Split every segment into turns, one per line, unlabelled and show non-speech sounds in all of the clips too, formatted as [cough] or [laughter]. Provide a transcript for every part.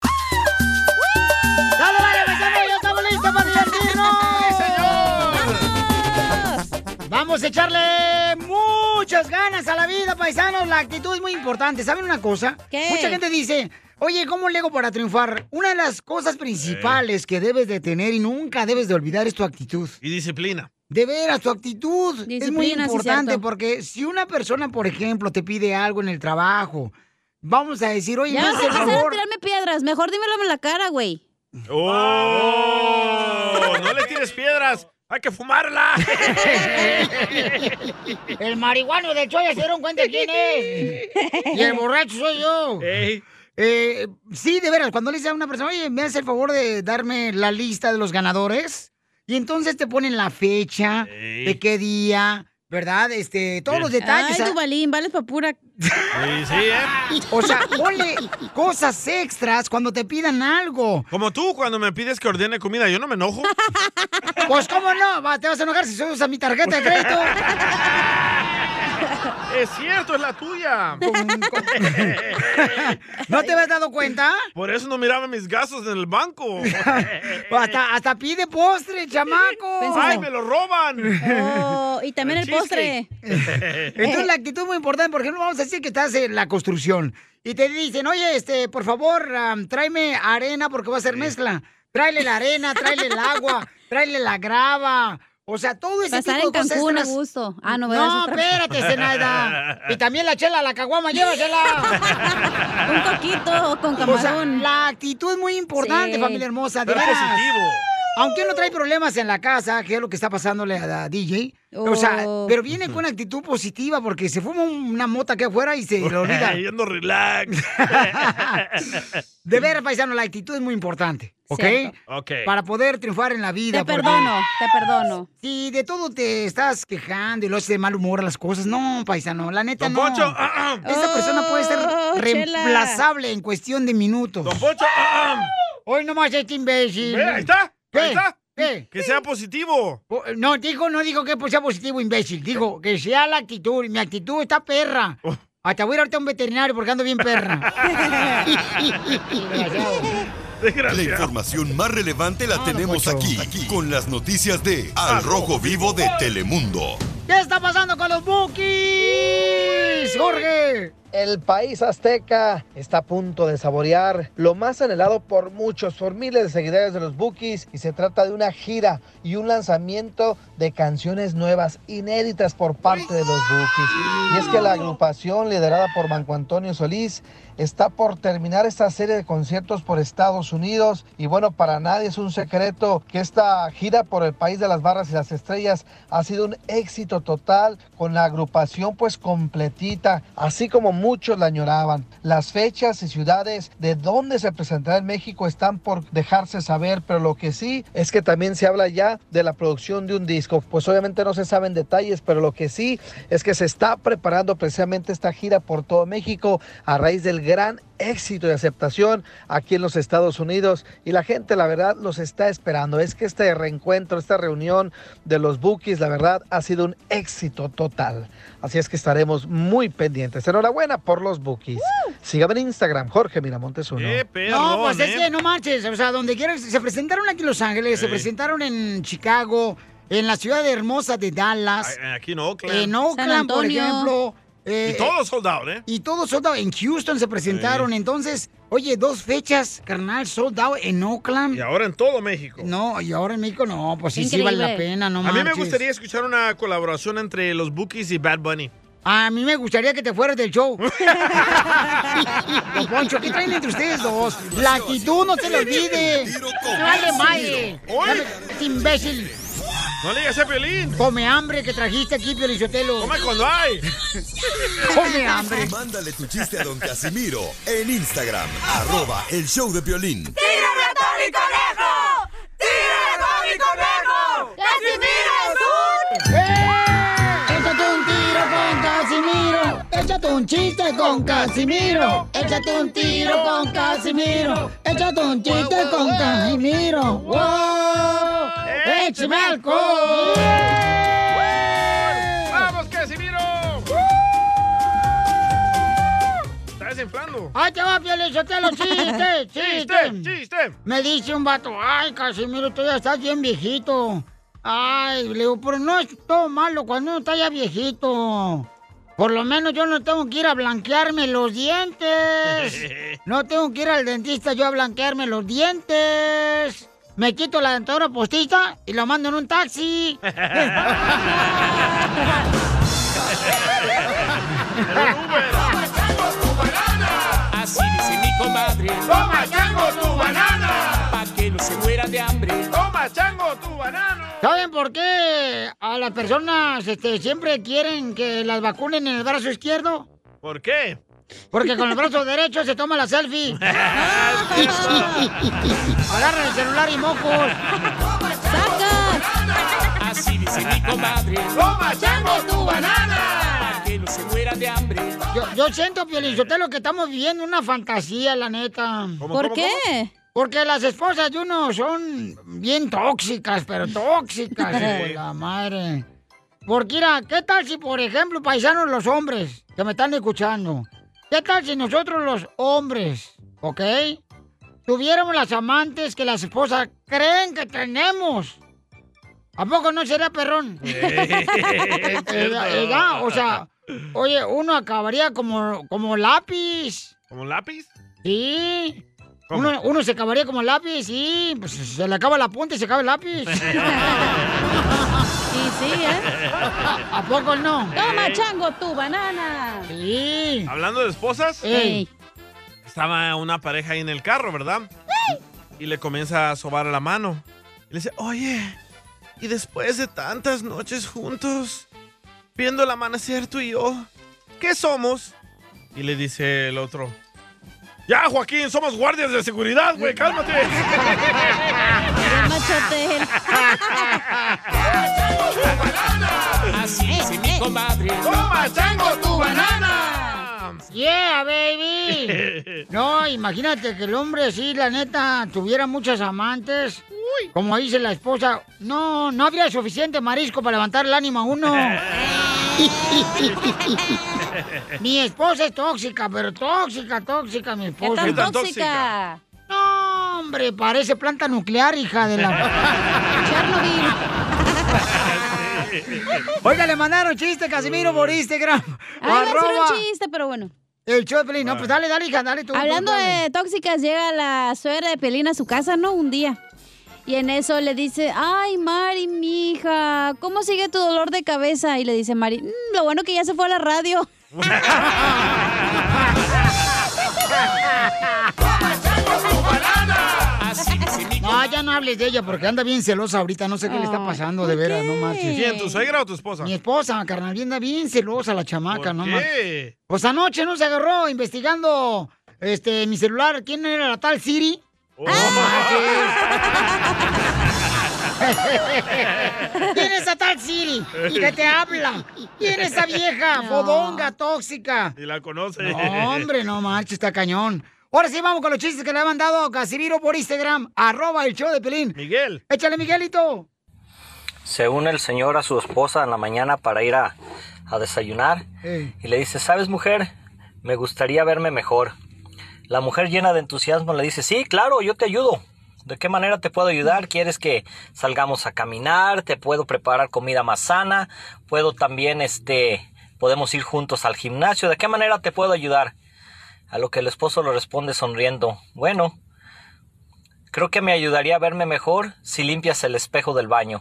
pues, Vamos a echarle muchas ganas a la vida, paisanos. La actitud es muy importante. ¿Saben una cosa?
¿Qué?
Mucha gente dice, oye, ¿cómo le hago para triunfar? Una de las cosas principales que debes de tener y nunca debes de olvidar es tu actitud.
Y [laughs] disciplina.
De veras, tu actitud es muy
Disciplina, sí,
importante
cierto.
porque si una persona, por ejemplo, te pide algo en el trabajo, vamos a decir, oye,
Ya
me
vas a
hace el
empezar a
favor.
tirarme piedras. Mejor dímelo en la cara, güey.
¡Oh! ¡No le tires piedras! ¡Hay que fumarla!
El marihuano de Choya se dieron cuenta quién
[laughs]
es. Y el borracho soy yo. Eh, sí, de veras, cuando le dice a una persona, oye, me hace el favor de darme la lista de los ganadores. Y entonces te ponen la fecha, de qué día, ¿verdad? Este, todos los detalles.
Ay,
ah,
Dubalín, vales pa' pura.
Sí, sí, ¿eh?
O sea, ponle cosas extras cuando te pidan algo.
Como tú, cuando me pides que ordene comida, yo no me enojo.
Pues cómo no, va, te vas a enojar si usas mi tarjeta de
[laughs]
[laughs]
crédito.
Es cierto, es la tuya.
¿No te habías dado cuenta? Pues
Por eso no miraba mis gastos en el
[laughs]
banco.
Hasta, hasta pide postre, chamaco.
¡Ay, me lo roban!
Oh,
y también el
postre. Entonces la actitud es muy importante, porque no vamos a decir que estás en la construcción y te dicen, oye, este, por favor, am, tráeme arena porque va a ser mezcla. Tráele la arena, tráele el agua, tráele la grava. O sea, todo ese
Pasar
tipo
en
de cosas
Cancún a
extras.
gusto. Ah, no, ¿verdad?
No,
Es otra-
espérate,
[laughs]
Zenaida. Y también la chela, la caguama, llévasela.
Un coquito con
O sea,
camarón.
la actitud es muy importante,
Sí.
familia hermosa. de
Ser
veras.
positivo.
Aunque uno trae problemas en la casa, que es lo que está pasándole a, a DJ. O sea,
Oh.
pero viene con una actitud positiva porque se fuma un- una mota que afuera y se
[laughs]
lo olvida.
Yo ando relax.
De veras, paisano, la actitud es muy importante, ¿ok?
Cierto.
Ok.
Para poder triunfar en la vida.
Te perdono, te perdono.
Si de todo te estás quejando y lo haces de mal humor a las cosas, no, paisano, la neta
Don
no.
Poncho, ah, ah.
Esta persona puede ser
Oh, chela.
reemplazable en cuestión de minutos. Don
Poncho, ah,
hoy nomás este imbécil.
Ve, ahí está,
¿Qué?
ahí está.
¿Qué?
Que sea positivo.
Po- No, digo, no digo que sea positivo, imbécil. Digo que sea la actitud. Mi actitud está perra.
Oh.
Hasta voy a ir ahorita a un veterinario porque ando
[laughs]
bien perra. Desgraciado.
La información más relevante la tenemos aquí, Ah, aquí, con las noticias de
Al
Al Rojo Vivo de Telemundo.
¿Qué está pasando con los bookies, Jorge?
El país azteca está a punto de saborear lo más anhelado por muchos, por miles de seguidores de los Bookies, y se trata de una gira y un lanzamiento de canciones nuevas, inéditas por parte de los Bookies. Y es que la agrupación liderada por Manco Antonio Solís está por terminar esta serie de conciertos por Estados Unidos. Y bueno, para nadie es un secreto que esta gira por el país de las barras y las estrellas ha sido un éxito total con la agrupación pues completita, así como muchos la añoraban. Las fechas y ciudades de dónde se presentará en México están por dejarse saber, pero lo que sí es que también se habla ya de la producción de un disco. Pues obviamente no se saben detalles, pero lo que sí es que se está preparando precisamente esta gira por todo México a raíz del gran éxito y aceptación aquí en los Estados Unidos y la gente la verdad los está esperando. Es que este reencuentro, esta reunión de los Bookies, la verdad ha sido un éxito total. Así es que estaremos muy pendientes. Enhorabuena por los Bookies. Sígame en Instagram, Jorge Miramontes uno.
no, pues es que no marches. O sea, donde quieras. Se presentaron aquí en Los Ángeles, se
¿eh? Sí.
presentaron en Chicago, en la ciudad hermosa de Dallas,
Ay, eh, Aquí en Oakland.
en Oakland, por ejemplo. eh,
Y todos soldados, ¿eh?
Y todos sold out. En Houston se presentaron. Entonces, oye, dos fechas, carnal, sold out en Oakland. Y
ahora en todo México.
No, y ahora en México no, pues sí, sí vale la pena, no
A mí me
marches.
gustaría escuchar una colaboración entre los Bookies y Bad Bunny.
A mí me gustaría que te fueras
[laughs]
del show. Don Poncho, ¿qué traen entre ustedes dos? La actitud no se le olvide. No vale madre. Dale, este imbécil.
No le digas a Piolín.
Come hambre que trajiste aquí, Piolichotelo.
Come cuando hay.
[laughs] Come hambre.
Mándale tu chiste a don Casimiro en Instagram, arroba el show de violín.
ratón y conejo! ¡Tira ratón y conejo! ¡Casimiro es un...
Échate un tiro con Casimiro. Échate un chiste con Casimiro. Échate un tiro con Casimiro. Échate un chiste con Casimiro. ¡Wow!
Eh,
¡Échame alcohol!
¡Vamos, Casimiro! Está desinflando.
¡Ahí te va, Piolichotelo! [laughs] ¡Chiste! ¡Chiste!
¡Chiste!
Me dice un vato, ay, Casimiro, tú ya estás bien viejito. Ay, le digo, pero no es todo malo cuando uno está ya viejito. Por lo menos yo no tengo que ir a blanquearme
[laughs]
los [laughs] dientes. No tengo que ir al dentista yo a blanquearme los dientes. Me quito la dentadura postita y la mando en un [laughs] taxi.
Así dice mi compadre. Toma chango tu banana. Pa' que no se muera de hambre. Toma chango tu banana.
¿Saben por qué a las personas este, siempre quieren que las vacunen en el brazo izquierdo?
¿Por qué?
Porque con el brazo derecho se toma
[laughs]
la selfie. [laughs] Agarran el celular y mocos.
Así dice mi compadre. Toma chango tu banana. Pa' que no se muera de hambre.
Yo, yo siento, Piolizotelo, que estamos viviendo una fantasía, la neta.
¿Cómo, ¿Por cómo, qué? cómo?
Porque las esposas de uno son bien tóxicas, pero
[laughs]
tóxicas,
Sí.
hijo de la madre. Porque mira, ¿qué tal si, por ejemplo, paisanos los hombres que me están escuchando? ¿Qué tal si nosotros los hombres, ok? Tuviéramos las amantes que las esposas creen que tenemos. ¿A poco no sería perrón? [laughs]
es cierto.
Eh, eh, ya, o sea, oye, uno acabaría como, como lápiz.
¿Como lápiz?
Sí. Uno, uno se acabaría como lápiz, sí. Pues se le acaba la punta y se acaba
[laughs]
el lápiz. [laughs]
Y sí, ¿eh?
[laughs] ¿A poco no?
Toma, chango, tu banana.
Sí.
Hablando de esposas,
Ey.
estaba una pareja ahí en el carro, ¿verdad? Y le comienza a sobar la mano. Y le dice, oye, y después de tantas noches juntos, viendo el amanecer tú y yo, ¿qué somos? Y le dice el otro, ya, Joaquín, somos guardias de seguridad,
[laughs]
güey, cálmate.
Ah,
Así
Eh,
dice mi compadre. Toma chango tu banana.
Yeah, baby. No, imagínate que el hombre, sí, la neta, tuviera muchas amantes. Como dice la esposa, no, no habría suficiente marisco para levantar el ánimo a uno. mi esposa es tóxica, pero tóxica, tóxica, mi esposa.
¿Qué tan tóxica?
No, hombre, parece planta nuclear, hija de
[laughs]
la. Chernobyl. Oiga, le mandaron chiste, Casimiro, por Instagram.
Ay, iba a hacer
Arroba
un chiste, pero bueno.
El show de Pelín. No, pues dale, dale, hija, dale tú.
Hablando
tú,
de tóxicas, llega la suegra de Pelín a su casa, ¿no? Un día. Y en eso le dice, ay, Mari, mija, ¿cómo sigue tu dolor de cabeza? Y le dice Mari, "Mm, lo bueno que ya se fue a la radio.
No, ya no hables de ella porque anda bien celosa ahorita. No sé qué le está pasando, de veras, no marches.
¿Quién, tu suegra o tu esposa?
Mi esposa, carnal, bien, anda bien celosa la chamaca, no
qué?
marches. Pues anoche no se agarró investigando este, mi celular. ¿Quién era la tal Siri?
Oh. [laughs]
¿Quién es esa tal Siri? ¿Y qué te habla? ¿Quién es esa vieja?
No.
Fodonga, tóxica.
Y la conoce.
No, hombre, no marches, está cañón. Ahora sí, vamos con los chistes que le han mandado Casimiro por Instagram, arroba el show de Pelín.
Miguel.
Échale, Miguelito.
Se une el señor a su esposa en la mañana para ir a, a desayunar y le dice, ¿sabes mujer? Me gustaría verme mejor. La mujer llena de entusiasmo le dice, sí, claro, yo te ayudo. ¿De qué manera te puedo ayudar? ¿Quieres que salgamos a caminar? ¿Te puedo preparar comida más sana? ¿Puedo también, este, podemos ir juntos al gimnasio? ¿De qué manera te puedo ayudar? A lo que el esposo le responde sonriendo, bueno, creo que me ayudaría a verme mejor si limpias el espejo del baño.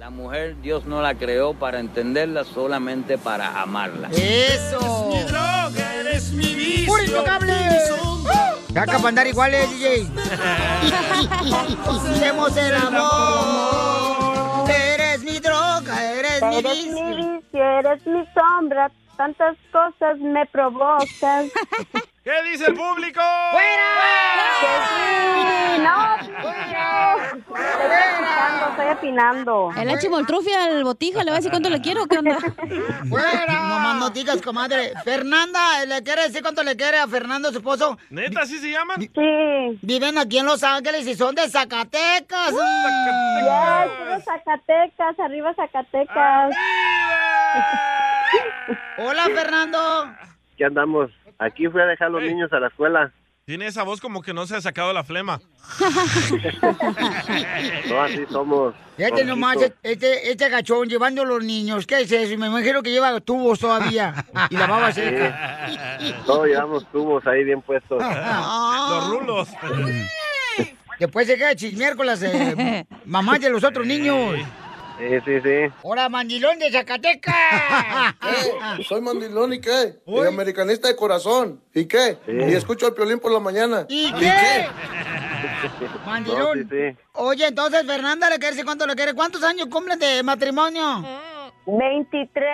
La mujer Dios no la creó para entenderla, solamente para amarla.
Eso.
Mi droga, eres mi vicio.
Puro intocable. Caca para andar eh, iguales, DJ.
[laughs]
¡Uh! Hacemos el amor. Eres mi droga, eres mi
Eres
vicio.
mi vicio, eres mi sombra, tantas cosas me
[laughs]
provocas.
[laughs] ¿Qué dice el público?
¡Fuera! No, ¡Fuera! estoy opinando.
El H. Moltrufia al botija, le va a decir cuánto le quiero, ¿qué onda?
¡Fuera! No más no digas, comadre. Fernanda, ¿le quiere decir cuánto le quiere a Fernando, su esposo?
¿Neta, así se llaman?
Sí.
Viven aquí en Los Ángeles y son de Zacatecas.
Ya, puro Zacatecas, arriba Zacatecas.
Hola, Fernando.
¿Qué andamos? Aquí fui a dejar a los niños a la escuela.
Tiene esa voz como que no se ha sacado la flema.
[laughs]
[laughs]
No, así somos.
Fíjate nomás,
Poquito.
este, este gachón llevando a los niños. ¿Qué es eso? Me imagino que lleva tubos todavía. Y la baba
[laughs]
seca.
Sí. Todos llevamos tubos ahí bien puestos.
Los
rulos.
[laughs] Después se queda chismear con las eh, mamás de los otros niños.
Sí, sí, sí.
¡Hola, mandilón de Zacatecas!
Soy mandilón y qué? Y americanista de corazón. ¿Y qué? Y escucho al piolín por la mañana.
¿Y
qué?
Mandilón. Oye, entonces, Fernanda, ¿le quiere decir cuánto le quiere? ¿Cuántos años cumplen de matrimonio?
23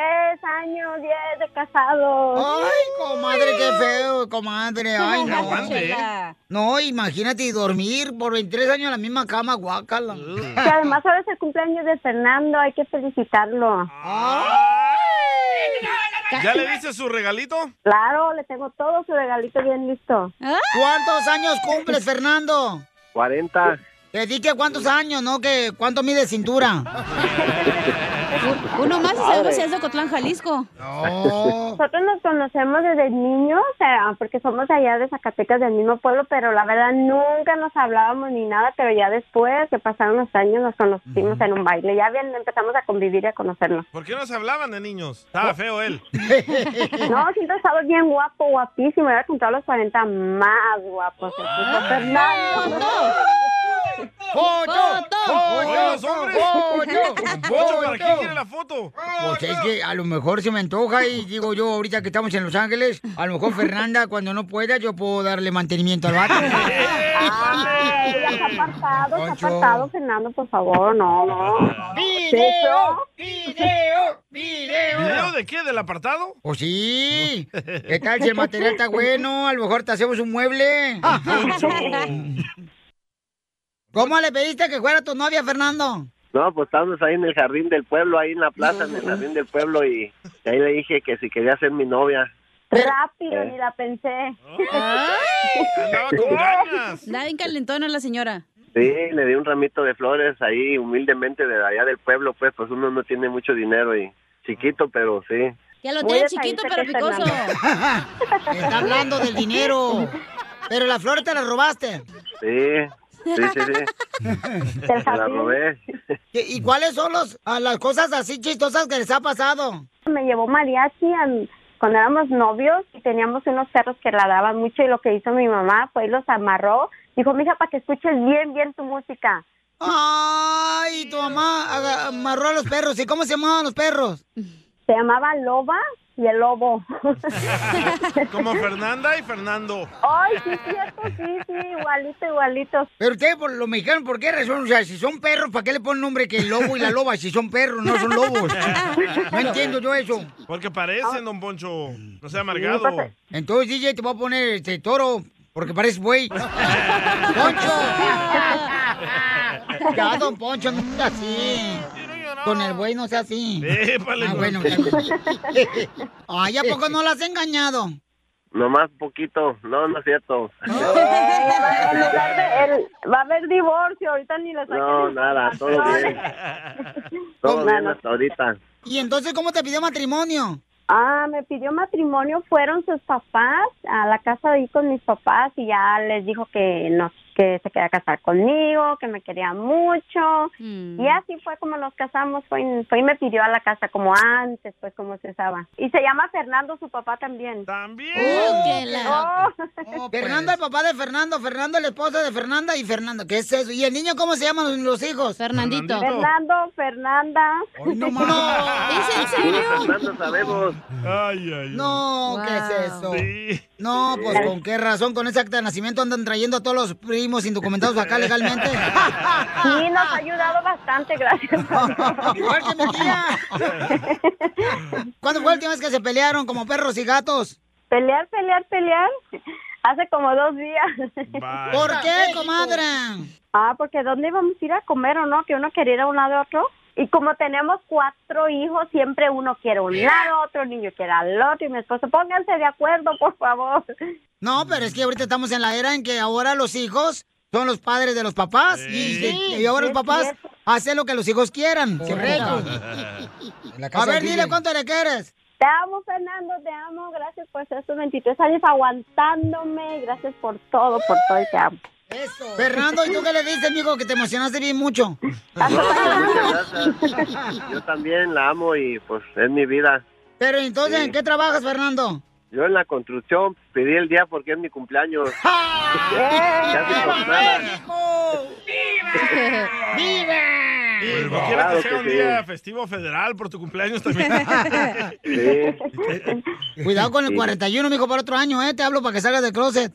años, 10 de casados.
Ay, comadre, qué feo, comadre. Ay, no.
Aguante, ¿eh?
No, imagínate y dormir por 23 años en la misma cama, guácala.
Que además ahora es el cumpleaños de Fernando, hay que felicitarlo.
¡Ah! ¿Ya le diste su regalito?
Claro, le tengo todo su [laughs] regalito bien listo.
¿Cuántos años cumples, Fernando?
40.
Te dije cuántos años, ¿no? Que cuánto mide cintura.
Uno más y sabemos si es de Cotlán, Jalisco.
Oh.
Nosotros nos conocemos desde niños, eh, porque somos de allá de Zacatecas, del mismo pueblo, pero la verdad nunca nos hablábamos ni nada, pero ya después que pasaron los años nos conocimos en un baile, ya bien empezamos a convivir y a conocernos.
¿Por qué no se hablaban de niños? Estaba feo
[laughs]
él.
No, siempre estaba bien guapo, guapísimo, era contra los 40 más guapos. el puto Fernando.
¡Foto!
¡Oye, los hombres!
Oh,
¡Ocho, para quién quiere
la foto!
Pues es que a lo mejor se me antoja y digo yo, ahorita que estamos en Los Ángeles, a lo mejor Fernanda, cuando no pueda, yo puedo darle mantenimiento al vato.
Ay, ya está apartado, está apartado, Fernando, por favor, no, no.
¡Video! ¡Video! ¡Video!
¿Video de qué? ¿Del apartado?
¿O Pues sí? ¿Qué tal si el material está bueno? A lo mejor te hacemos un mueble. ¿Cómo le pediste que fuera tu novia, Fernando?
No, pues estábamos ahí en el jardín del pueblo, ahí en la plaza, en el jardín del pueblo, y ahí le dije que si quería ser mi novia.
[laughs] Rápido, ni la pensé. [laughs]
La bien calentona la señora.
Sí, le di un ramito de flores ahí, humildemente, de allá del pueblo, pues, pues uno no tiene mucho dinero y chiquito, pero sí.
Ya lo
Muy
tiene chiquito,
detallista que
pero
es
picoso.
Está hablando del dinero. Pero la flor te la robaste.
Sí, sí, sí, sí. Se la robé.
¿Y y cuáles son los, a las cosas así chistosas que les ha pasado?
Me llevó mariachi al- cuando éramos novios y teníamos unos perros que ladraban mucho y lo que hizo mi mamá fue y los amarró. Dijo, mija, para que escuches bien, bien tu música.
Ah. Ay, tu mamá aga- amarró a los perros. ¿Y cómo se llamaban los perros?
Se llamaba Loba y el Lobo.
Como Fernanda y Fernando.
Ay, sí, cierto, sí, sí, igualito, igualito.
Pero ustedes, por los mexicanos, ¿por qué razón? O sea, si son perros, ¿para qué le ponen nombre que el lobo y la loba si son perros, no
[laughs]
son lobos? No entiendo yo eso.
Porque parecen, don Poncho. No sea amargado.
Entonces, DJ, te voy a poner este toro, porque pareces
[laughs]
buey. ¡Poncho! Ya, don Poncho, no sea así. Con el buey no sea así.
Épale,
ah,
don-
bueno. ya. [laughs] Ay, ¿a poco no las has engañado?
Nomás poquito. No, no es cierto.
Eh,
[laughs]
En lugar de- el- va a haber divorcio, ahorita ni lo saqué.
No, nada, todo bien. Todo bien hasta ahorita.
¿Y entonces cómo te pidió matrimonio?
Ah, me pidió matrimonio, fueron sus papás a la casa ahí con mis papás y ya les dijo que no, que se quería casar conmigo, que me quería mucho. Y así fue como nos casamos, fue, y- fue y me pidió a la casa como antes, pues como se usaba. Y se llama Fernando su papá también.
También.
Oh,
Fernando, el papá de Fernando, Fernando, el esposo de Fernanda y Fernando. ¿Qué es eso? ¿Y el niño cómo se llaman los hijos?
Fernandito.
Fernando, Fernanda.
no
Fernando sabemos.
Ay, ay,
No, ¿qué es eso? No, pues con qué razón, con ese acta de nacimiento andan trayendo a todos los primos indocumentados acá legalmente.
[laughs] Sí, nos ha ayudado bastante, gracias.
[laughs] Igual que mi tía. ¿Cuándo fue la última vez que se pelearon como perros y gatos?
Pelear, pelear, pelear. Hace como dos días.
¿Por
[laughs]
qué, comadre?
Ah, porque ¿dónde íbamos a ir a comer o no? Que uno quería ir a un lado a otro. Y como tenemos cuatro hijos, siempre uno quiere un lado, otro niño quiere al otro. Y mi esposo, pónganse de acuerdo, por favor.
No, pero es que ahorita estamos en la era en que ahora los hijos son los padres de los papás y,
Sí,
y ahora
es
los papás hacen lo que los hijos quieran.
Correcto.
A ver, dile cuánto le quieres.
Te amo, Fernando, te amo. Gracias por estos 23 años aguantándome. Gracias por todo, por todo y te amo.
Eso. Fernando, ¿y tú qué le dices, amigo? Que te emocionaste bien mucho.
Yo también la amo y pues es mi vida.
Pero entonces, ¿en qué trabajas, Fernando?
Yo en la construcción pedí el día porque es mi cumpleaños. [laughs] Casi por nada.
¡Viva!
Viva. Quiero
Claro
que sea
que
un
sí.
día festivo federal por tu
[laughs]
cumpleaños también.
Cuidado con el
Sí.
41, mijo, para otro año, ¿eh? Te hablo para que salgas del closet.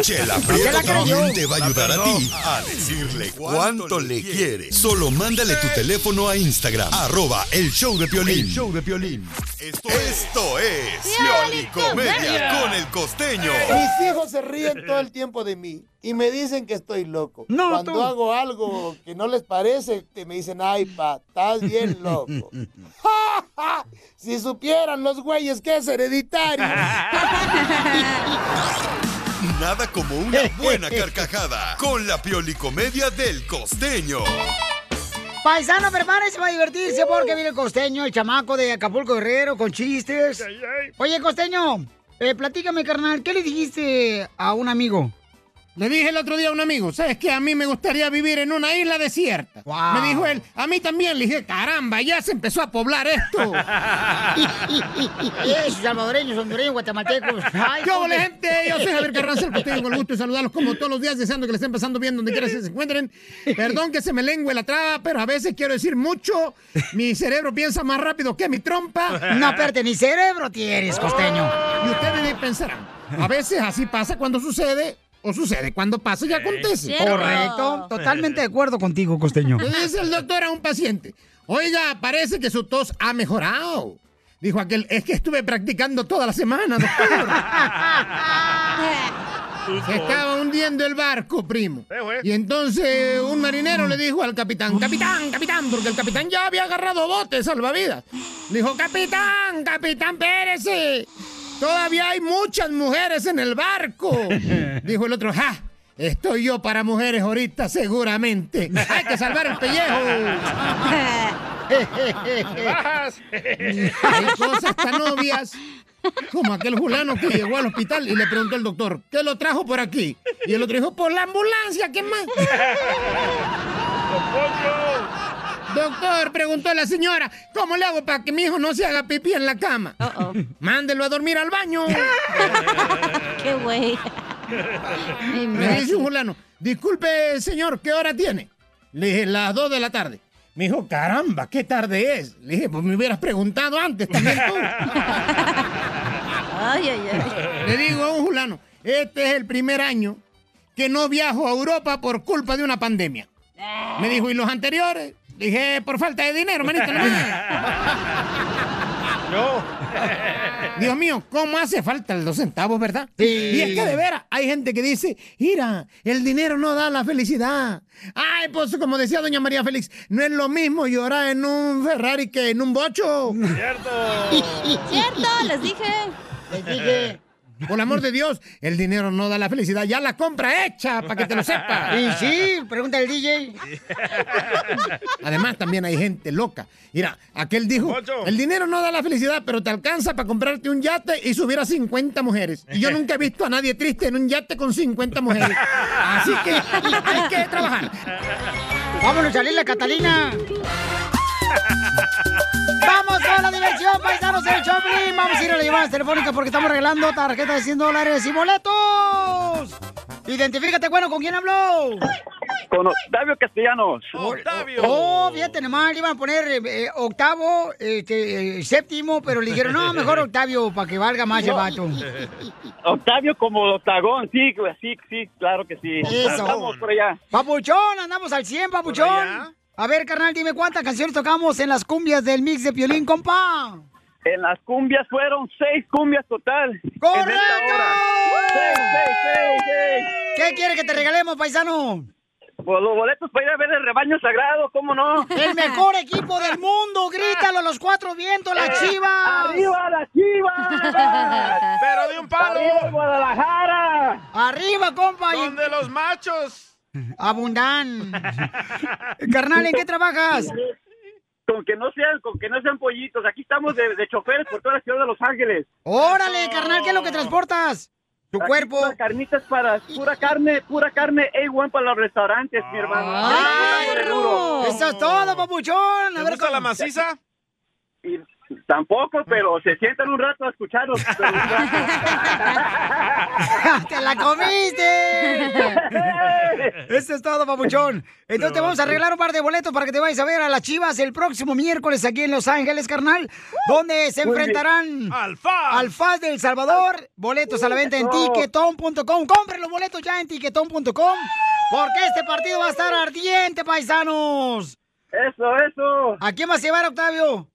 Chela
Se la
Prieto
creyó.
también te va a ayudar a ti a
[laughs]
decirle Ah, cuánto le quiere. Solo mándale tu teléfono a Instagram, arroba el show de Piolín.
El
show de Piolín. Esto, esto es Pioli Comedia con el costeño.
Mis hijos se ríen todo el tiempo de mí y me dicen que estoy loco.
No,
Cuando
tú.
hago algo que no les parece, te- me dicen, ay, pa, estás
[laughs]
bien loco. si supieran los güeyes que es hereditario.
Nada como una buena carcajada con la Pioli Comedia del costeño.
Paisano, prepárense para divertirse porque viene el costeño, el chamaco de Acapulco Guerrero con chistes. Oye, costeño, eh, platícame, carnal, ¿qué le dijiste a un amigo?
Le dije [laughs] el otro día a un amigo, ¿sabes qué? A mí me gustaría vivir en una isla desierta.
Ah.
Me dijo él, a mí también. Le dije, caramba, ya se empezó a poblar esto.
[laughs]
[laughs]
[laughs] Esos salvadoreños, hondureños, guatemaltecos.
[laughs]
Ay,
¿Qué hola,
hombre.
gente? Yo soy Javier Carranza, el costeño, con el gusto de saludarlos como todos los días, deseando que les estén pasando bien donde quiera que se encuentren. Perdón que se me lengüe la traba, pero a veces quiero decir mucho. Mi cerebro piensa más rápido que mi trompa.
No, espérate, ni cerebro tienes, costeño.
Y ustedes pensarán, a veces así pasa cuando sucede, o sucede cuando pasa y acontece.
Correcto, totalmente de acuerdo contigo, costeño.
Le dice el doctor a un paciente, oiga, parece que su tos ha mejorado. Dijo aquel, es que estuve practicando toda la semana, doctor. Se estaba hundiendo el barco, primo. Y entonces un marinero le dijo al capitán, capitán, capitán, porque el capitán ya había agarrado bote salvavidas. Le dijo, capitán, capitán, Pérez, eh, todavía hay muchas mujeres en el barco. Dijo el otro, ja, estoy yo para mujeres ahorita seguramente. Hay que salvar el pellejo. Hay cosas tan obvias como aquel fulano que llegó al hospital y le preguntó al doctor, ¿qué lo trajo por aquí? Y el otro dijo, por la ambulancia, ¿qué más? Doctor, preguntó la señora, ¿cómo le hago para que mi hijo no se haga pipí en la cama? Mándelo a dormir al baño. Qué güey. Me dice un fulano, disculpe, señor, ¿qué hora tiene? Le dije, las 2 de la tarde. Me dijo, caramba, qué tarde es. Le dije, pues me hubieras preguntado antes también tú. Le digo a un fulano, este es el primer año que no viajo a Europa por culpa de una pandemia. Me dijo, ¿y los anteriores? Le Dije, "Eh, por falta de dinero, manito. no me- [laughs] Dios mío, ¿cómo hace falta los centavos, verdad? Y es que de veras, hay gente que dice, mira, el dinero no da la felicidad. Ay, pues como decía doña María Félix, no es lo mismo llorar en un Ferrari que en un bocho. [laughs] Cierto.
Cierto, les dije.
Les dije. Por el amor de Dios, el dinero no da la felicidad. Ya la compra hecha, para que te lo sepas.
[laughs] Y sí, pregunta al DJ.
[laughs] Además, también hay gente loca. Mira, aquel dijo, el dinero no da la felicidad, pero te alcanza para comprarte un yate y subir a 50 mujeres. Y yo nunca he visto a nadie triste en un yate con 50 mujeres. Así que hay que trabajar.
Vámonos a la Catalina. ¡Vamos a la diversión, paisanos del Choplin! Vamos a ir a las llamadas telefónicas porque estamos regalando tarjetas de 100 dólares y boletos. Identifícate, bueno, ¿con quién habló?
Con Octavio Castellanos.
Oh, fíjate nomás, le iban a poner eh, eh, octavo, este, eh, séptimo, pero le dijeron,
[laughs]
no, mejor octavio, para que valga más el
No.
vato.
Octavio como octagón, sí, sí, sí, claro que sí.
Eso.
Estamos por allá.
Papuchón, andamos al 100, papuchón. A ver, carnal, dime cuántas canciones tocamos en las cumbias del mix de Piolín, compa.
En las cumbias fueron seis cumbias total.
¡Correcto!
Seis, seis, seis, seis.
¿Qué quiere que te regalemos, paisano?
Pues los boletos para ir a ver el rebaño sagrado, ¿cómo no?
El mejor equipo del mundo, grítalo a los cuatro vientos, las
Eh,
chivas.
¡Arriba las
[laughs]
chivas!
Pero de un palo.
¡Arriba Guadalajara!
Arriba, compa.
Donde los machos
Abundán. Carnal, ¿en qué trabajas?
Con que no sean, con que no sean pollitos. Aquí estamos de, de choferes por toda la ciudad de Los Ángeles.
Órale, carnal, ¿qué es lo que transportas? Tu cuerpo.
carnitas para pura carne, pura carne A1 para los restaurantes, mi hermano.
¡Ay, perro! Eso es todo, papuchón. A ver,
gusta la maciza? Y
Ah.
tampoco, pero se sientan un rato
[laughs]
a escucharlos. pero-
¡Te la comiste! Eso es todo, papuchón. Entonces te vamos a arreglar un par de boletos para que te vayas a ver a las Chivas el próximo miércoles aquí en Los Ángeles, carnal, donde se
Muy bien.
enfrentarán
al FAS.
del Salvador. Boletos a la venta en
Eso.
tiquetón.com. Compren los boletos ya en tiquetón.com porque este partido va a estar ardiente, paisanos.
Eso, eso.
¿A quién vas a llevar, Octavio?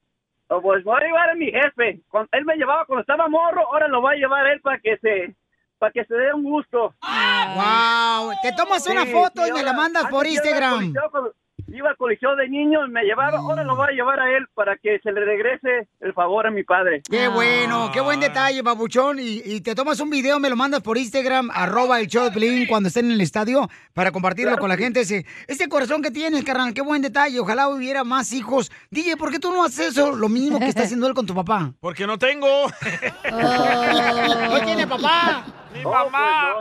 Oh, Pues voy a llevar a mi jefe. Cuando él me llevaba cuando estaba morro, ahora lo va a llevar él para que se para que se dé un gusto.
¡Wow! Te tomas una foto y me la mandas por Instagram. Mm.
Iba al colegio de niños, me llevaron, ahora lo voy a llevar a él para que se le regrese el favor a mi padre.
Qué
Ah.
bueno, qué buen detalle, babuchón. Y, y te tomas un video, me lo mandas por Instagram, arroba el show de Pelín cuando estén en el estadio para compartirlo
Claro
con la
que sí.
gente. Ese, ese corazón que tienes, carnal, qué buen detalle. Ojalá hubiera más hijos. DJ, ¿por qué tú no haces eso? Lo mismo que
[laughs]
está haciendo él con tu papá.
Porque no
[laughs]
tengo.
Oh.
[laughs]
[laughs]
No Oh. tiene papá.
¡Mi mamá!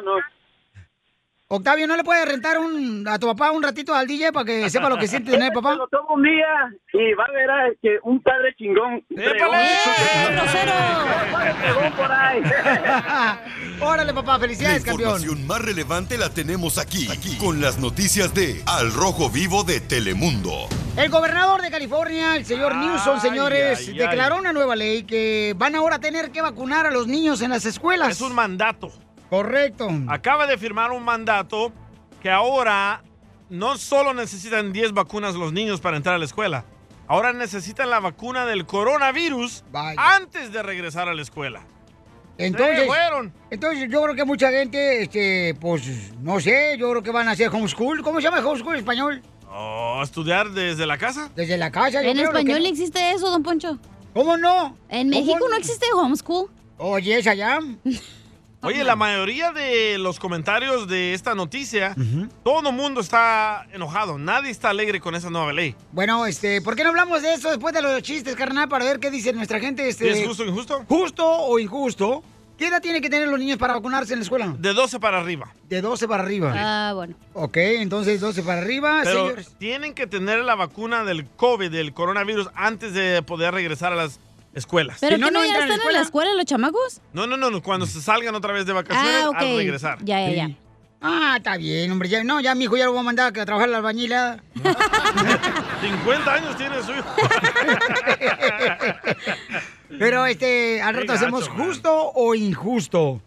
Octavio, ¿no le puedes rentar un, a tu papá un ratito al DJ para que sepa lo que siente tener papá? Lo
tomo un día y va a ver ah, que un padre chingón.
¡Eh,
[laughs]
[laughs] Órale, papá, felicidades,
La
campeón.
información más relevante la tenemos aquí, aquí, con las noticias de Al Rojo Vivo de Telemundo.
El gobernador de California, el señor Newsom, señores,
ay, ay.
declaró una nueva ley que van ahora a tener que vacunar a los niños en las escuelas.
Es un mandato.
Correcto.
Acaba de firmar un mandato que ahora no solo necesitan 10 vacunas los niños para entrar a la escuela, ahora necesitan la vacuna del coronavirus antes de regresar a la escuela.
Entonces,
Se fueron.
entonces yo creo que mucha gente, este, pues, no sé, yo creo que van a hacer homeschool. ¿Cómo se llama homeschool en español?
¿O Oh, estudiar desde la casa?
Desde la casa. yo
¿En
creo, lo
español
que-
existe eso, don Poncho?
¿Cómo no?
En
¿Cómo
México
no?
no existe homeschool.
Oye, esa ya.
Oye, la mayoría de los comentarios de esta noticia, todo el mundo está enojado, nadie está alegre con esa nueva ley.
Bueno, este, ¿por qué no hablamos de eso después de los chistes, carnal, para ver qué dice nuestra gente? Este,
¿Es justo o injusto?
¿Justo o injusto? ¿Qué edad tiene que tener los niños para vacunarse en la escuela?
De 12 para arriba.
De 12 para arriba.
Ah, bueno.
Ok, entonces 12 para
Ah,
arriba,
Pero
señores.
tienen que tener la vacuna del COVID, del coronavirus, antes de poder regresar a las escuelas.
¿Pero que no, ya están en la escuela los chamacos?
No, no, no, no, cuando se salgan otra vez de vacaciones
Ah, ok.
al regresar.
Ya, ya, ya.
Ah, está bien, hombre. Ya, no, ya mi hijo ya lo voy a mandar a trabajar ¿eh? a la albañila.
50 años tiene su hijo.
Pero este, al
Qué gacho,
rato hacemos
man.
justo o injusto.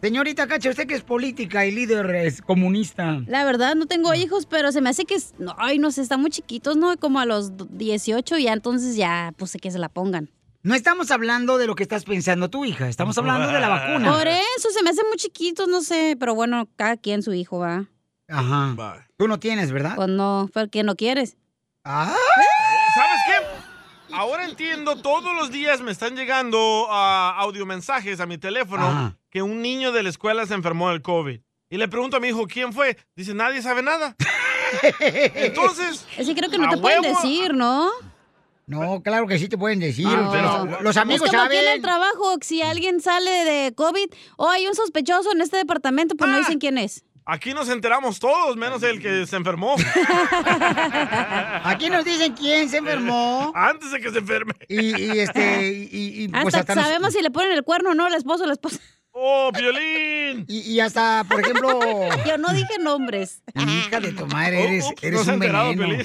Señorita Cacha, usted que es política y líder es comunista.
La verdad, no tengo hijos, pero se me hace que, es- no, ay, no sé, están muy chiquitos, ¿no? Como a los 18 ya, entonces ya, pues que se la pongan.
No estamos hablando de lo que estás pensando tú, hija. Estamos hablando de la vacuna.
Por eso, se me hacen muy chiquitos, no sé, pero bueno, cada quien su hijo va.
Ajá. Tú no tienes, ¿verdad?
Pues no, porque no quieres.
Ah.
¿Sabes qué? Ahora entiendo, todos los días me están llegando ah, audiomensajes a mi teléfono
Ah.
que un niño de la escuela se enfermó del COVID. Y le pregunto a mi hijo, ¿quién fue? Dice, nadie sabe
[laughs]
nada. Entonces...
Es que creo que no
a
te pueden
huevo-
decir, ¿no?
No, claro que sí te pueden decir.
Ah,
pero
pero-
los amigos
es como aquí en
saben.
el trabajo, si alguien sale de COVID o hay un sospechoso en este departamento, pues
Ah.
no dicen quién es.
Aquí nos enteramos todos, menos el que se
[laughs]
enfermó.
Aquí nos dicen quién se enfermó.
Antes de que se enferme.
Y,
[laughs]
y, este, y, y- y, pues,
Hasta
hasta nos-
sabemos si le ponen el cuerno o no, el esposo o la esposa.
¡Oh,
[laughs]
violín!
Y, y hasta, por [laughs] ejemplo.
Yo no dije nombres.
Hija de tu madre, eres,
Oh, Ups,
eres
no se ha
un
enterado,
veneno.
Piolín.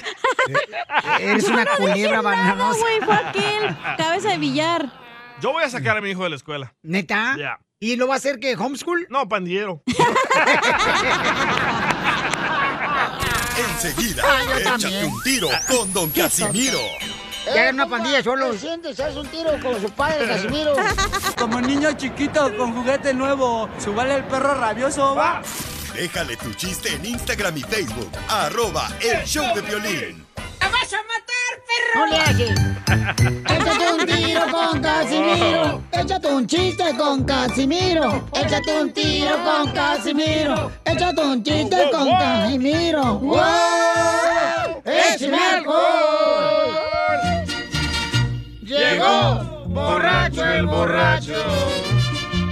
[laughs]
E- Eres una
Yo no dije nada,
culebra bananosa.
güey, fue aquel. Cabeza de billar.
Yo voy a sacar a mi hijo de la escuela.
¿Neta?
Ya.
¿Y lo va a hacer que homeschool?
No,
[laughs]
pandillero.
Enseguida,
Ah, yo
échate
también.
un tiro con Don Casimiro.
[laughs] Ya hagan una pandilla solo. ¿Qué sientes? ¿Haz un tiro con su padre, [laughs] Casimiro?
Como niño chiquito con juguete nuevo, subale el perro rabioso, va.
Déjale tu chiste en Instagram y Facebook, arroba el show de violín.
¡La vas a matar, perro!
[laughs] No le haces. Échate un tiro con Casimiro.
Oh.
Échate Échate un chiste con Casimiro. Échate un tiro con Casimiro. Échate un chiste con Casimiro. ¡Wow! ¡Échame alcohol!
Llegó borracho el borracho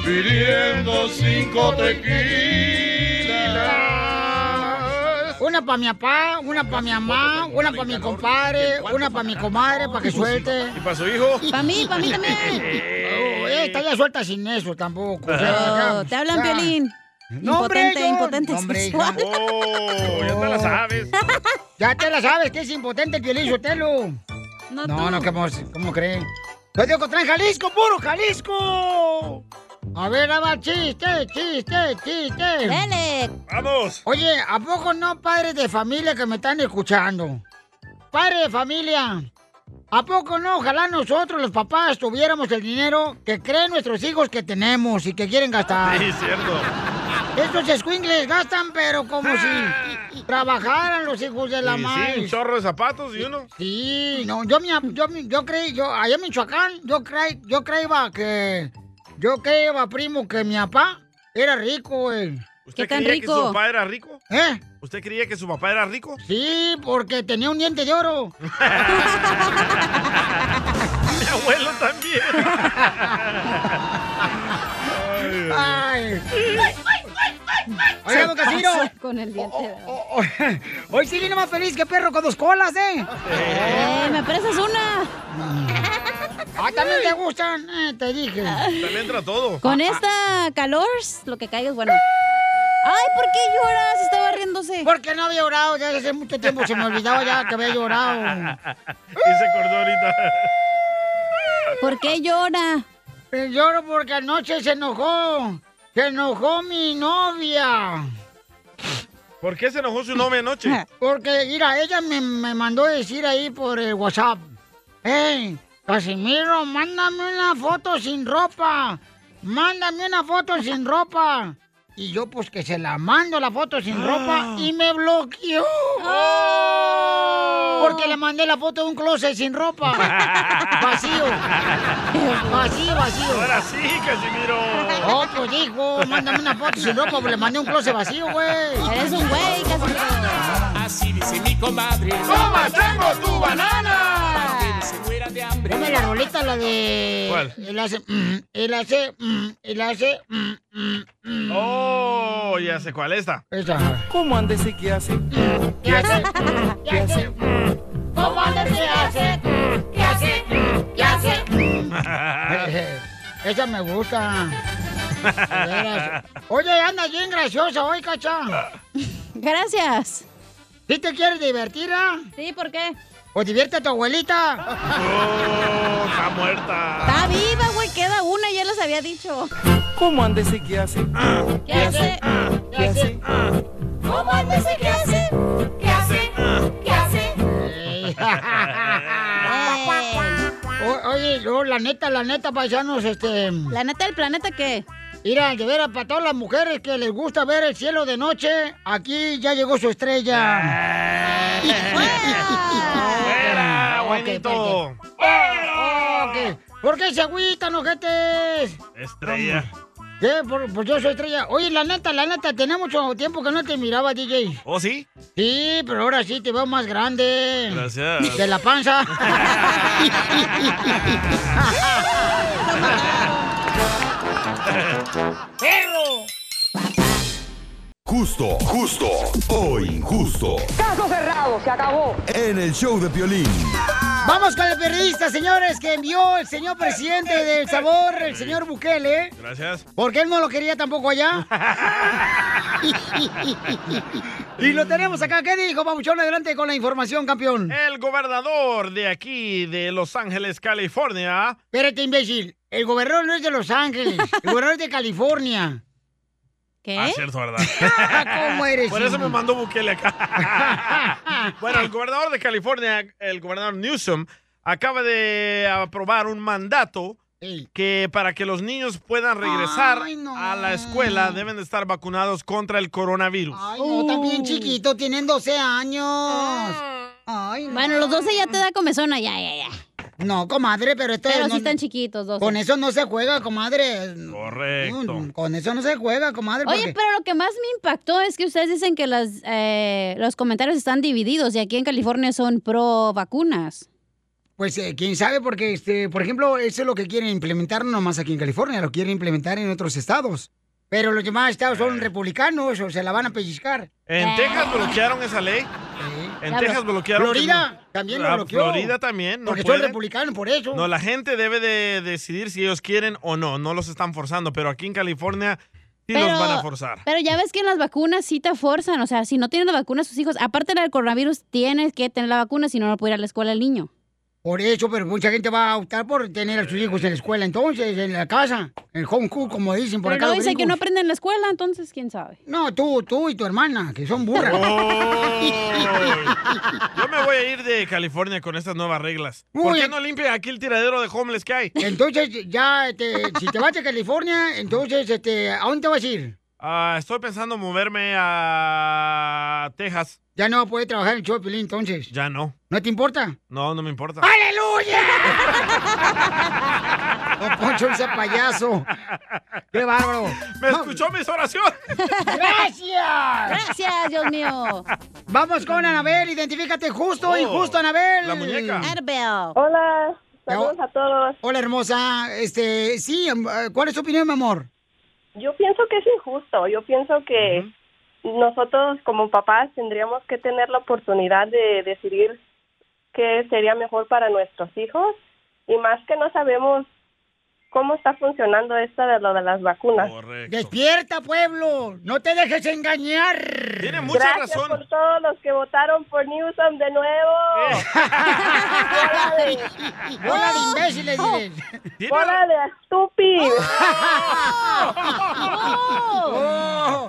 pidiendo cinco tequilas.
Una pa' mi papá, una pa' mi mamá, una pa' mi compadre, una pa' mi comadre, para que suelte.
¿Y para su hijo?
Pa' mí, pa' mí también. Oh, esta ya suelta sin eso tampoco. O sea,
Oh,
ya-
te hablan,
ya.
Piolín.
No, hombre,
impotente,
yo-
impotente
no, hombre,
[laughs] sexual.
hija.
Oh, ya te la sabes.
Ya te la sabes, que es impotente el Piolín Sotelo.
No,
No,
tú.
no, ¿cómo, cómo creen? ¡Los de Ocotlán, Jalisco, puro Jalisco! A ver, va, chiste, chiste, chiste.
Dale.
¡Vamos!
Oye, ¿a poco no, padres de familia que me están escuchando? Padres de familia, ¿a poco no? Ojalá nosotros, los papás, tuviéramos el dinero que creen nuestros hijos que tenemos y que quieren gastar.
Sí, cierto.
Estos escuingles gastan, pero como
[laughs]
si trabajaran los hijos de la
Y
madre.
sí, un chorro de zapatos y uno.
Sí, no, yo, mi, yo, mi- yo creí, yo, allá en Michoacán, yo creí, yo creí, va, que, yo creí, va, primo, que mi papá era rico, güey.
¿Usted creía que su papá era rico?
¿Eh?
¿Usted creía que su papá era rico?
Sí, porque tenía un diente de oro.
[laughs]
[laughs]
Mi abuelo también.
[laughs] Ay. Oiga, don
Se
Casimiro.
pasa Con el diente.
Hoy sí viene más feliz que perro con dos colas, ¿eh?
Eh, me prestas una.
Ah, también te gustan, eh, te dije.
También entra todo.
Con esta calor, lo que caiga es bueno. Ay, ¿por qué lloras? Estaba riéndose.
Porque no había llorado, ya hace mucho tiempo se me olvidaba ya que había llorado.
Y se acordó ahorita.
¿Por qué llora?
Pues Lloro porque anoche se enojó. Se enojó mi novia.
¿Por qué se enojó su novia
[laughs]
anoche?
Porque, mira, ella me, me mandó decir ahí por el WhatsApp. ¡Ey, Casimiro, mándame una foto sin ropa! ¡Mándame una foto sin ropa! Y yo, pues, que se la mando la foto sin
Ah.
ropa y me bloqueó.
Oh.
Porque le mandé la foto de un closet sin
[laughs]
ropa.
[laughs]
vacío. Vacío, vacío.
Ahora sí, Casimiro.
Oh, pues dijo, mándame una foto sin ropa, pues le mandé un closet vacío, güey.
Eres un güey,
Así dice mi compadre. Toma, chango, tu banana.
Ponme la rolita, la de. ¿Cuál? Él hace. mm, él hace. mm, él hace. mm, mm, mm.
Oh, ya sé cuál está.
Esa.
¿Cómo andes y qué hace?
¿Qué hace?
¿Qué hace?
¿Cómo andas? ¿Qué hace? ¿Qué hace? ¿Qué hace? Esa me gusta. De veras. Oye, anda bien graciosa hoy, cacha.
Gracias.
¿Sí te quieres divertir, ah?
Sí, ¿por qué?
¿O Pues divierte a tu abuelita?
Oh, está muerta.
Está viva, güey. Queda una, ya les había dicho.
[laughs] ¿Cómo andes y qué hace?
¿Qué hace?
¿Qué hace?
¿Cómo andas y qué hace?
¿Qué hace?
¿Qué hace?
[laughs] O- Oh, oye, yo, la neta, la neta, paisanos, este...
¿La neta del planeta qué?
Mira, de veras, para todas las mujeres que les gusta ver el cielo de noche, aquí ya llegó su estrella. [laughs] ¡Fuera,
buenito!
¿Por qué se agüitan, ojetes?
Estrella.
¿Qué? Por- pues yo soy estrella. Oye, la neta, la neta, tenía mucho tiempo que no te miraba, DJ.
¿Oh, sí?
Sí, pero ahora sí te veo más grande.
Gracias.
De la panza. ¡Perro!
Justo, justo o injusto.
[laughs] Caso cerrado, se acabó.
En el show de Piolín.
Vamos con el periodista, señores, que envió el señor presidente del sabor, el señor Bukele.
Gracias.
Porque él no lo quería tampoco
[laughs]
allá. y lo tenemos acá. ¿Qué dijo, Pabuchón? Adelante con la información, campeón.
El gobernador de aquí, de Los Ángeles, California.
Espérate, imbécil. El gobernador no es de Los Ángeles. El gobernador es de California.
¿Qué?
¿Eh?
Ah, cierto,
[laughs]
¿verdad?
¿Cómo eres,
Por eso
hijo?
me mandó Bukele
[laughs]
acá. bueno, el gobernador de California, el gobernador Newsom, acaba de aprobar un mandato que para que los niños puedan regresar a la escuela deben de estar vacunados contra el coronavirus. Uh.
Ay, no, también chiquito, tienen 12 años. Ay, no.
Ah. Bueno, los 12 ya te da comezona, ya, ya, ya.
No, comadre, pero esto
eh. Pero
no-
sí están chiquitos, dos.
Con eso no se juega, comadre.
Correcto.
Mm, Con eso no se juega, comadre.
Oye,
porque-
pero lo que más me impactó es que ustedes dicen que las, eh, los comentarios están divididos y aquí en California son pro vacunas.
Pues eh, quién sabe, porque, este, por ejemplo, eso es lo que quieren implementar no más aquí en California, lo quieren implementar en otros estados. Pero los demás estados son republicanos o se la van a pellizcar.
Eh. En Texas bloquearon esa ley. En
Ya,
Texas
pero-
bloquearon. que
Florida
no-
también lo
Ah,
bloqueó.
Florida también. No
Porque son
pueden.
republicanos, por eso.
No, la gente debe de decidir si ellos quieren o no. No los están forzando, pero aquí en California sí
Pero-
los van a forzar.
Pero ya ves que en las vacunas sí te forzan, o sea, si no tienes la vacuna sus hijos, aparte del coronavirus, tienes que tener la vacuna, si no, no puede ir a la escuela el niño.
Por eso, pero mucha gente va a optar por tener a sus hijos en la escuela, entonces, en la casa, en home cook, como dicen por
Pero
acá.
no
los
dicen que no
gringos.
aprenden en la escuela, entonces quién sabe.
No, tú, tú y tu hermana, que
[laughs]
son burras.
Oh, Yo me voy a ir de California con estas nuevas reglas. ¿Por
Uy.
qué no limpia aquí el tiradero de homeless que hay?
Entonces, ya, este, si te vas a California, entonces, este, ¿a dónde te vas a ir?
Ah, estoy pensando moverme a Texas.
Ya no puedes trabajar en el show de Piolín, entonces.
Ya no.
¿No te importa?
No, no me importa.
[laughs] ¡Aleluya! Poncho, ese payaso. ¡Qué bárbaro!
[laughs] ¡Me escuchó mis
[laughs]
oraciones!
¡Gracias!
¡Gracias, Dios mío!
Vamos con Anabel, identifícate justo
Oh,
[laughs] y justo, Anabel.
la muñeca. Anabel.
Hola, saludos a todos. Hola, hermosa. Este, sí, em, eh, ¿cuál es tu opinión, mi amor?
Yo pienso que es injusto. Yo pienso que nosotros como papás tendríamos que tener la oportunidad de decidir qué sería mejor para nuestros hijos y más que no sabemos cómo está funcionando esta de lo de las vacunas.
Despierta, pueblo. No te dejes engañar.
Tiene
Gracias por todos los que votaron por Newsom de nuevo. [laughs] Bola de-
Bola de
[laughs]
imbéciles, diré.
Bola de
[laughs]
estúpido.
[laughs]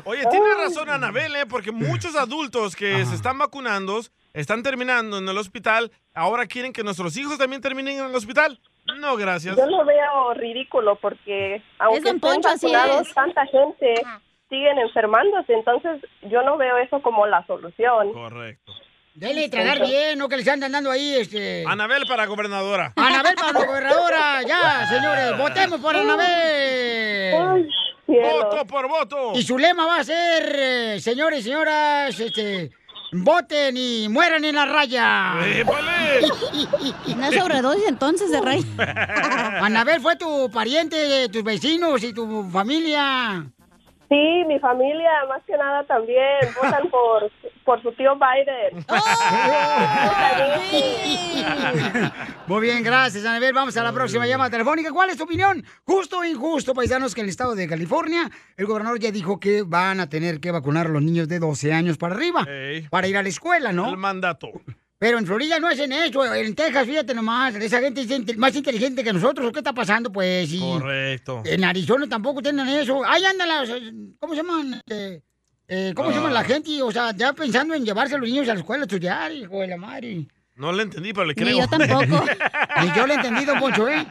Oye, tiene razón Anabel, ¿eh? porque muchos adultos que se están vacunando están terminando en el hospital. Ahora quieren que nuestros hijos también terminen en el hospital. No, gracias.
Yo lo veo ridículo porque aunque
don
estén
Poncho, así
vacunados,
es.
tanta gente siguen enfermándose, entonces yo no veo eso como la solución.
Correcto.
Dele tragar bien, no que les andan dando ahí, este.
Anabel para gobernadora.
Anabel para la gobernadora, ya, señores, votemos por Anabel.
Voto por voto.
Y su lema va a ser, eh, señores y señoras, este, voten y mueran en la raya. [laughs]
¿No es sobredosis entonces de rey?
Anabel fue tu pariente, tus vecinos y tu
[laughs]
familia.
Sí, mi familia, más que nada también,
[laughs]
votan por, por su tío Biden.
Oh.
Muy bien, gracias, Anabel. Vamos a la próxima llamada telefónica. ¿Cuál es tu opinión? Justo o injusto, paisanos, que en el estado de California el gobernador ya dijo que van a tener que vacunar a los niños de 12 años para arriba
Ey.
para ir a la escuela, ¿no?
El mandato.
Pero en Florida no hacen eso. En Texas, fíjate nomás, esa gente es inte- más inteligente que nosotros. ¿Qué está pasando, pues? Y
Correcto.
En Arizona tampoco tienen eso. Ahí andan las... eh, ¿Cómo se llaman? Eh, eh, ¿Cómo se llaman
Ah.
la gente? O sea, ya pensando en llevarse a los niños a la escuela a estudiar, hijo de la madre.
No le entendí, pero le
Ni
creo.
yo
[laughs]
tampoco. Ni yo le entendí, don Poncho, ¿eh?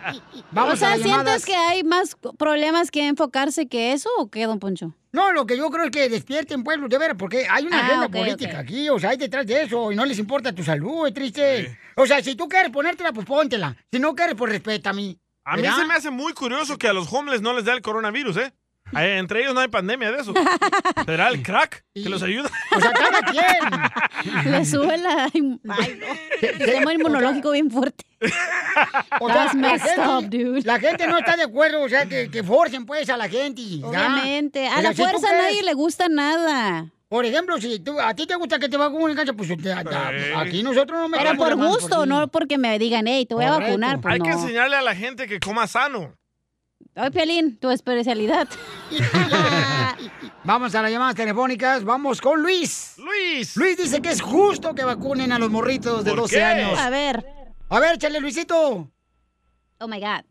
Vamos
o sea,
a las llamadas.
¿sientes que hay más problemas que enfocarse que eso o qué, don Poncho?
No, lo que yo creo es que despierten pueblos, de veras, porque hay una
Ah,
agenda
ok,
política aquí, o sea, hay detrás de eso, y no les importa tu salud, es triste. O sea, si tú quieres ponértela, pues póntela. Si no quieres, pues respeta a mí.
A mí se me hace muy curioso que a los homeless no les da el coronavirus, ¿eh? Eh, Entre ellos no hay pandemia de
[laughs]
eso. ¿Será el crack que los ayuda?
O sea, cada
[laughs]
quien.
Le sube la... Ay, no. Sistema inmunológico bien fuerte.
O sea,
That's
la,
messed
gente,
up, dude.
la gente no está de acuerdo, o sea, que, que forcen pues a la gente. ¿ya?
Obviamente. A
Pero
la
si tú
fuerza a
crees-
nadie le gusta nada.
Por ejemplo, si tú, a ti te gusta que te vacunen, cancha, pues te- a- a- aquí nosotros no
Pero
metemos
por
la mano
gusto,
ti.
no porque me digan, hey, te [laughs] voy a vacunar. Pues
Hay que
no.
enseñarle a la gente que coma sano.
Ay, Piolín, tu especialidad.
Vamos a las llamadas telefónicas, vamos con Luis.
Luis.
Luis dice que es justo que vacunen a los morritos de
¿Por
12
qué?
años.
A ver.
A ver, chale, Luisito.
Oh my God.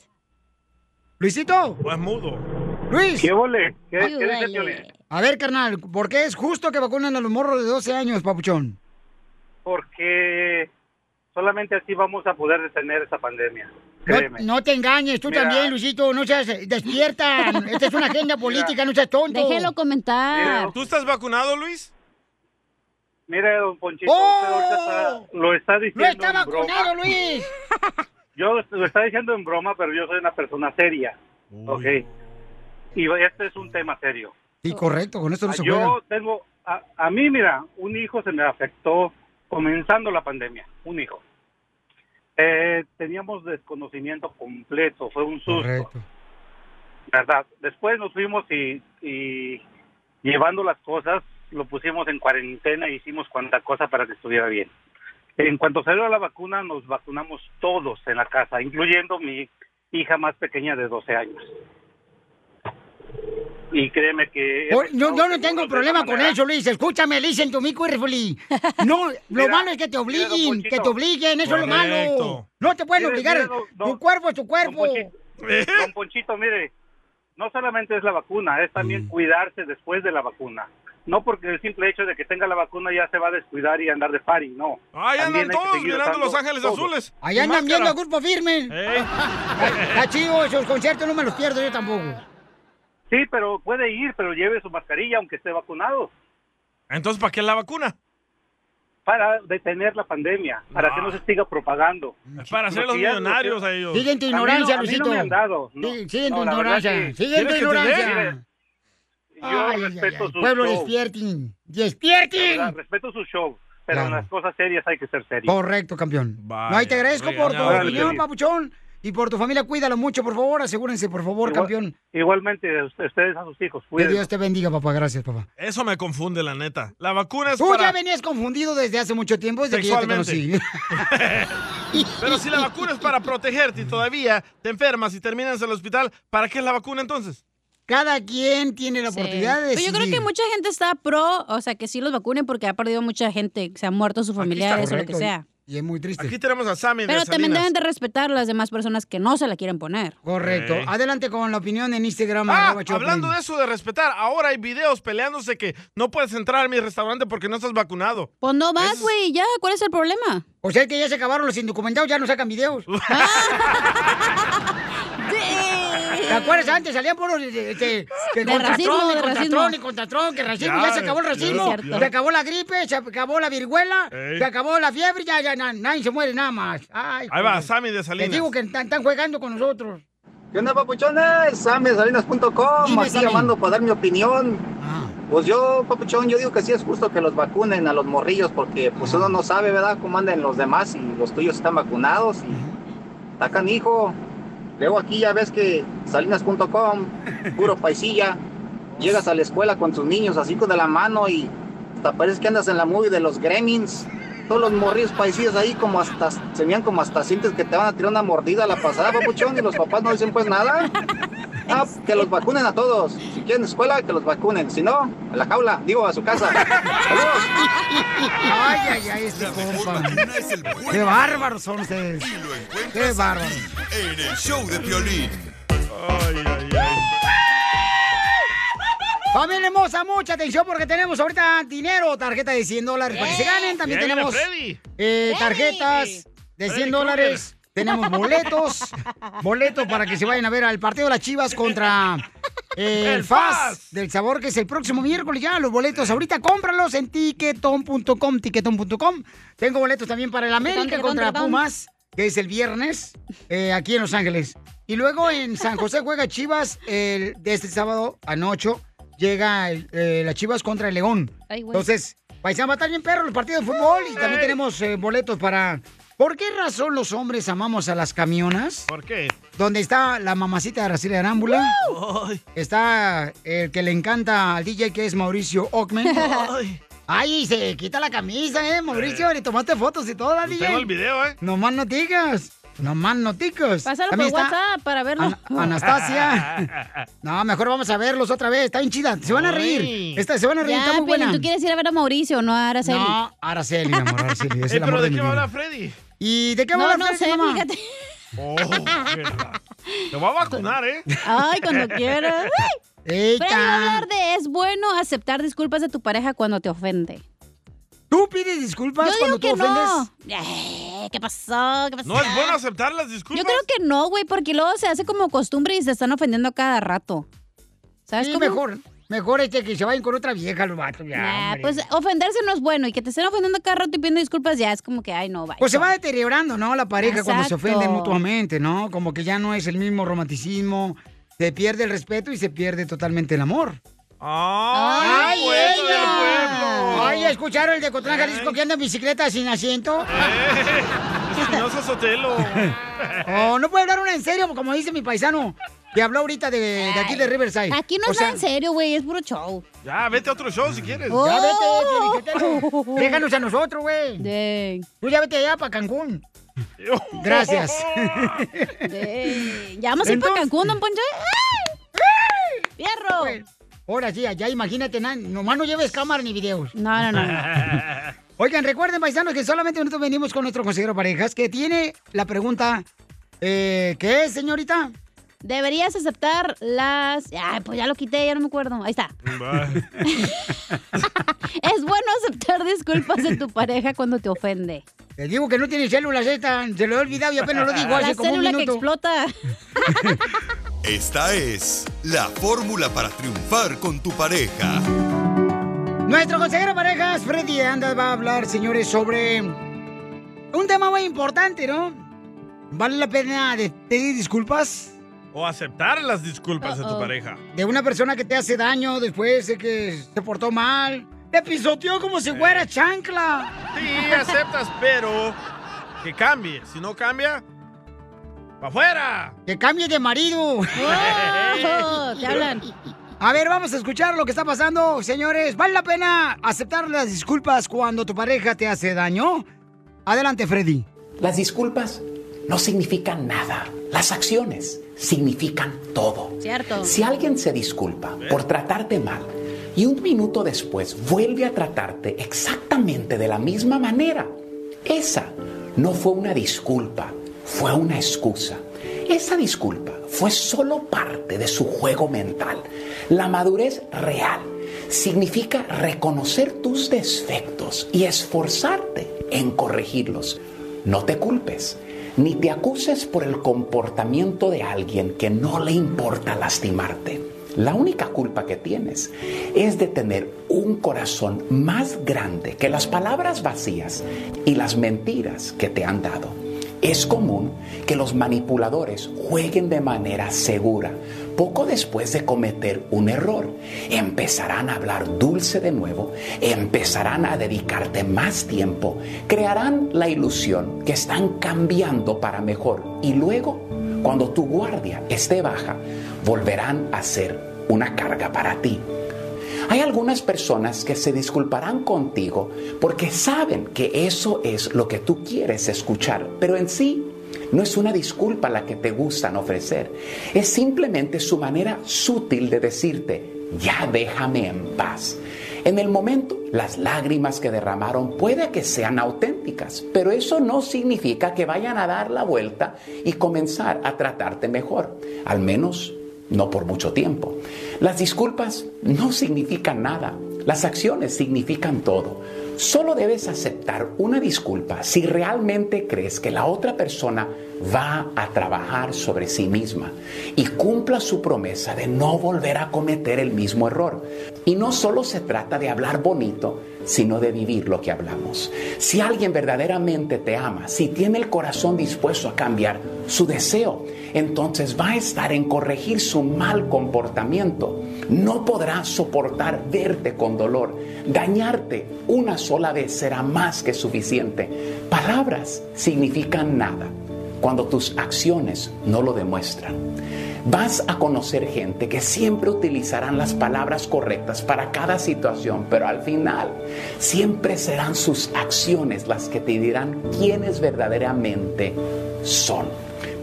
Luisito.
Pues mudo.
Luis. ¿Qué
vole?
¿Qué- qué dice Ayúdale. Piolín?
A ver, carnal, ¿por qué es justo que vacunen a los morros de 12 años, papuchón?
porque solamente así vamos a poder detener esa pandemia.
No,
Créeme.
no te engañes, tú
Mira.
también, Luisito, no seas, eh, despierta, esta es una agenda política, no seas tonto.
Déjelo comentar.
¿Tú estás vacunado, Luis?
Mire, don Ponchito, usted ahorita está- lo está diciendo.
¡Oh! ¡No está
en broma.
vacunado, [laughs] Luis!
yo lo está diciendo en broma, pero yo soy una persona seria. Ok. Y este es un tema serio.
Sí, correcto, con esto no se juega.
Ah, Yo tengo, a, a mí, mira, un hijo se me afectó comenzando la pandemia, un hijo. Eh, teníamos desconocimiento completo, fue un susto,
Correcto.
¿verdad? Después nos fuimos y, y llevando las cosas, lo pusimos en cuarentena y hicimos cuanta cosa para que estuviera bien. En cuanto salió la vacuna, nos vacunamos todos en la casa, incluyendo mi hija más pequeña de 12 años. Y créeme que...
Oh, yo, yo no tengo problema con eso, Luis. Escúchame, listen to me carefully. No, lo
Mira,
malo es que te obliguen, que te obliguen, eso es lo malo.
Correcto.
No te pueden
Mire,
obligar.
mire, don-
tu cuerpo es tu cuerpo.
Don Ponchito, mire, no solamente es la vacuna, es
Mm.
también cuidarse después de la vacuna. No porque el simple hecho de que tenga la vacuna ya se va a descuidar y andar de party, no.
Ahí andan todos mirando Los Ángeles Azules.
Allá
Sin
andan viendo a
máscara.
Grupo Firme. [laughs] Está chido, esos conciertos no me los pierdo yo tampoco.
Sí, pero puede ir, pero lleve su mascarilla aunque esté vacunado.
Entonces, ¿para qué la vacuna?
Para detener la pandemia, para
No.
que no se siga propagando.
Es para hacer los
Porque ya-
millonarios a ellos.
Sigue en tu
A mí no-
ignorancia,
a mí no
Luisito.
me han dado, no.
Sí, sigue en tu
No, la verdad
ignorancia.
que-
Sigue en tu
¿Quieres que te dé?
ignorancia.
Yo
Ay, ay,
respeto
ay,
su
Pueblo
show.
despierten.
La
Despierten.
verdad, respeto su show, pero
Claro.
en las cosas serias hay que ser serios.
Correcto, campeón. No, ahí te agradezco por tu
regañado.
opinión, papuchón. Y por tu familia, cuídalo mucho, por favor. Asegúrense, por favor,
Igual-
campeón.
Igualmente, a usted- ustedes a sus hijos,
Que
cuídense.
Dios te bendiga,
Ah,
papá. Gracias, papá.
Eso me confunde, la neta. La vacuna es
Tú
para...
ya venías confundido desde hace mucho tiempo, desde que yo te conocí.
Sexualmente. [laughs] Pero si la vacuna es para protegerte y todavía te enfermas y terminas en el hospital, ¿para qué es la vacuna entonces?
Cada quien tiene la
Sí.
oportunidad de
Pero
decidir.
yo creo que mucha gente está pro, o sea, que sí los vacunen porque ha perdido mucha gente, se han muerto sus familiares o lo que
Correcto.
sea.
Y es muy triste.
Aquí tenemos a Sammy
Pero
de
también
Salinas.
deben de respetar a las demás personas que no se la quieren poner.
Correcto.
Ok.
Adelante con la opinión en Instagram.
Ah,
arroba Choplin.
hablando de eso de respetar, ahora hay videos peleándose que no puedes entrar a mi restaurante porque no estás vacunado.
Pues no vas, güey, ya, ¿cuál es el problema? Ah.
O sea Pues que ya se acabaron los indocumentados, ya no sacan
[laughs]
videos. ¿Te acuerdas? Antes salían por este,
De
que contra
racismo,
Trump,
de
y contra
racismo.
Trump y contra Trump, que racismo, ya,
Ya,
se acabó el
ya,
racismo,
es cierto.
se acabó la gripe, se acabó la viruela,
Ey.
se acabó la fiebre, ya, ya, na- nadie se muere nada más. Ay,
Ahí va,
joder.
Sammy de
Te
Salinas.
digo que están, están jugando con nosotros.
¿Qué onda, papuchones? SamySalinas.com,
Dime,
aquí
Sammy. Ah.
llamando para dar mi opinión. Pues yo, papuchón, yo digo que sí es justo que los vacunen a los morrillos porque pues uno no sabe, ¿verdad?, cómo andan los demás y los tuyos están vacunados y tacan hijo. Luego aquí ya ves que Salinas.com,
[laughs]
puro paisilla, llegas a la escuela con tus niños así con de la mano y hasta parece que andas en la movie de los Gremlins. Todos los morrillos paisillos ahí como hasta, se miran como hasta sientes que te van a tirar una mordida a la pasada, papuchón, y los papás no dicen pues nada. Ah, que los vacunen a todos. Si quieren escuela, que los vacunen. Si no, a la jaula, digo, a su casa.
Ay, ay, ay, este compa. [laughs] Qué bárbaros son ustedes. Qué bárbaros.
En el show de Piolín.
Familia hermosa, mucha atención porque tenemos ahorita dinero, tarjeta de 100 dólares para que se ganen. También
Ya Eh. viene
tenemos
Freddy.
eh,
Freddy.
tarjetas de 100
Freddy
dólares.
[laughs]
Tenemos boletos, boletos para que se vayan a ver al partido de las Chivas contra eh, el
El
FAS del sabor que es el próximo miércoles ya. Los boletos ahorita cómpralos en tiquetón.com, tiquetón.com. Tengo boletos también para el América
tiquetón,
contra
tiquetón.
Pumas, que es el viernes eh, aquí en Los Ángeles. Y [laughs] luego en San José juega Chivas el, de este sábado a noche. Llega el- eh, las Chivas contra el León.
Ay, güey.
Entonces, paisano, va a estar bien perro el partido de fútbol y también tenemos eh, boletos para... ¿Por qué razón los hombres amamos a las camionas?
¿Por qué?
Donde está la mamacita de Araceli Arámbula. Está el que le encanta al DJ, que es Mauricio Ockman.
Ay.
Ay, se quita la camisa, ¿eh, Mauricio? Le tomaste fotos y todo, DJ.
tengo el video, ¿eh?
Nomás no digas. Nomás no digas.
Pásalo por
También está
WhatsApp para verlo.
Ana-
[laughs]
Anastasia. No, mejor vamos a verlos otra vez. Está bien chida. Se van a reír. Esta, se van a reír.
Ya,
está muy
Piolín,
buena.
¿tú quieres ir a ver a Mauricio, no a Araceli?
No, Araceli, mi amor, Araceli.
[laughs]
Es
Ey,
el amor
Eh, pero ¿de
mi
qué va a
vida.
hablar Freddy?
¿Y de qué va
No,
a hablar
no
Freddy,
sé,
mamá?
fíjate.
Oh, qué raro. Te voy a vacunar, ¿eh?
Ay,
[laughs]
cuando quieras.
Ay.
Pero iba a hablar de es bueno aceptar disculpas de tu pareja cuando te ofende.
¿Tú pides disculpas
Yo
cuando
digo
tú
que
ofendes?
no. Eh, ¿Qué pasó? ¿Qué pasó?
No es bueno aceptar las disculpas.
Yo creo que no, güey, porque luego se hace como costumbre y se están ofendiendo a cada rato. ¿Sabes
Sí,
cómo?
mejor. Mejor este que se vayan con otra vieja los vatos. Ya,
Nah,
Ah, hombre.
pues ofenderse no es bueno y que te estén ofendiendo cada rato y pidiendo disculpas ya es como que, ay, no, vaya.
Pues se va deteriorando, ¿no? La pareja cuando se
Exacto.
ofenden mutuamente, ¿no? Como que ya no es el mismo romanticismo, se pierde el respeto y se pierde totalmente el amor.
¡Ay,
¡Ay,
el pueblo
ella!
del pueblo! Eh.
Ay, ¿escucharon el de Cotlán, Jalisco, que anda en bicicleta sin asiento?
[laughs] Espinosa Eh. Sotelo.
[laughs] Oh, no puede hablar una en serio, como dice mi paisano, que habló ahorita de, de aquí de Riverside.
Aquí no
O
es
sea,
nada en serio, güey, es puro show.
Ya, vete a otro show si quieres.
Oh.
Pues Ya vete, Piolichotelo. Déjanos a nosotros, güey. Tú ya vete allá para Cancún.
[laughs]
Gracias.
Ya vamos a ir para Cancún, don Poncho.
¡Fierro! Ahora sí, allá imagínate, na- nomás no lleves cámara ni videos.
No,
[laughs]
no,
Oigan, recuerden, paisanos, que solamente nosotros venimos con nuestro consejero parejas, que tiene la pregunta, eh, ¿qué es, señorita?
Deberías aceptar las... Ay, pues ya lo quité, ya no me acuerdo. Ahí está.
[laughs]
[laughs] Es bueno aceptar disculpas de tu pareja cuando te ofende.
Te digo que no tiene células esta, se lo he olvidado y apenas lo digo
La
hace como un
célula
minuto.
que explota.
Esta es la fórmula para triunfar con tu pareja.
Nuestro consejero parejas, Freddy de Anda, va a hablar, señores, sobre un tema muy importante, ¿no? ¿Vale la pena de- pedir disculpas
O aceptar las disculpas de tu pareja.
de una persona que te hace daño después de que se portó mal? Te pisoteó como
Eh.
si fuera chancla.
Sí, aceptas, pero que cambie. Si no cambia, ¡pa' afuera!
Que cambie de marido.
Oh,
[laughs]
te hablan.
A ver, vamos a escuchar lo que está pasando, señores. ¿Vale la pena aceptar las disculpas cuando tu pareja te hace daño? Adelante, Freddy.
Las disculpas no significan nada. Las acciones significan todo.
Cierto.
Si alguien se disculpa por tratarte mal y un minuto después vuelve a tratarte exactamente de la misma manera, esa no fue una disculpa, fue una excusa. Esa disculpa fue solo parte de su juego mental. La madurez real significa reconocer tus defectos y esforzarte en corregirlos. No te culpes, ni te acuses por el comportamiento de alguien que no le importa lastimarte. La única culpa que tienes es de tener un corazón más grande que las palabras vacías y las mentiras que te han dado. Es común que los manipuladores jueguen de manera segura. Poco después de cometer un error, empezarán a hablar dulce de nuevo, empezarán a dedicarte más tiempo, crearán la ilusión que están cambiando para mejor y luego, cuando tu guardia esté baja, volverán a ser una carga para ti. Hay algunas personas que se disculparán contigo porque saben que eso es lo que tú quieres escuchar, pero en sí no es una disculpa la que te gustan ofrecer. Es simplemente su manera sutil de decirte, ya déjame en paz. En el momento, las lágrimas que derramaron puede que sean auténticas, pero eso no significa que vayan a dar la vuelta y comenzar a tratarte mejor, al menos no por mucho tiempo. Las disculpas no significan nada, las acciones significan todo. Solo debes aceptar una disculpa si realmente crees que la otra persona va a trabajar sobre sí misma y cumpla su promesa de no volver a cometer el mismo error. Y no solo se trata de hablar bonito, sino de vivir lo que hablamos. Si alguien verdaderamente te ama, si tiene el corazón dispuesto a cambiar su deseo, entonces va a estar en corregir su mal comportamiento. No podrá soportar verte con dolor. Dañarte una sola vez será más que suficiente. Palabras significan nada cuando tus acciones no lo demuestran. Vas a conocer gente que siempre utilizarán las palabras correctas para cada situación, pero al final siempre serán sus acciones las que te dirán quiénes verdaderamente son.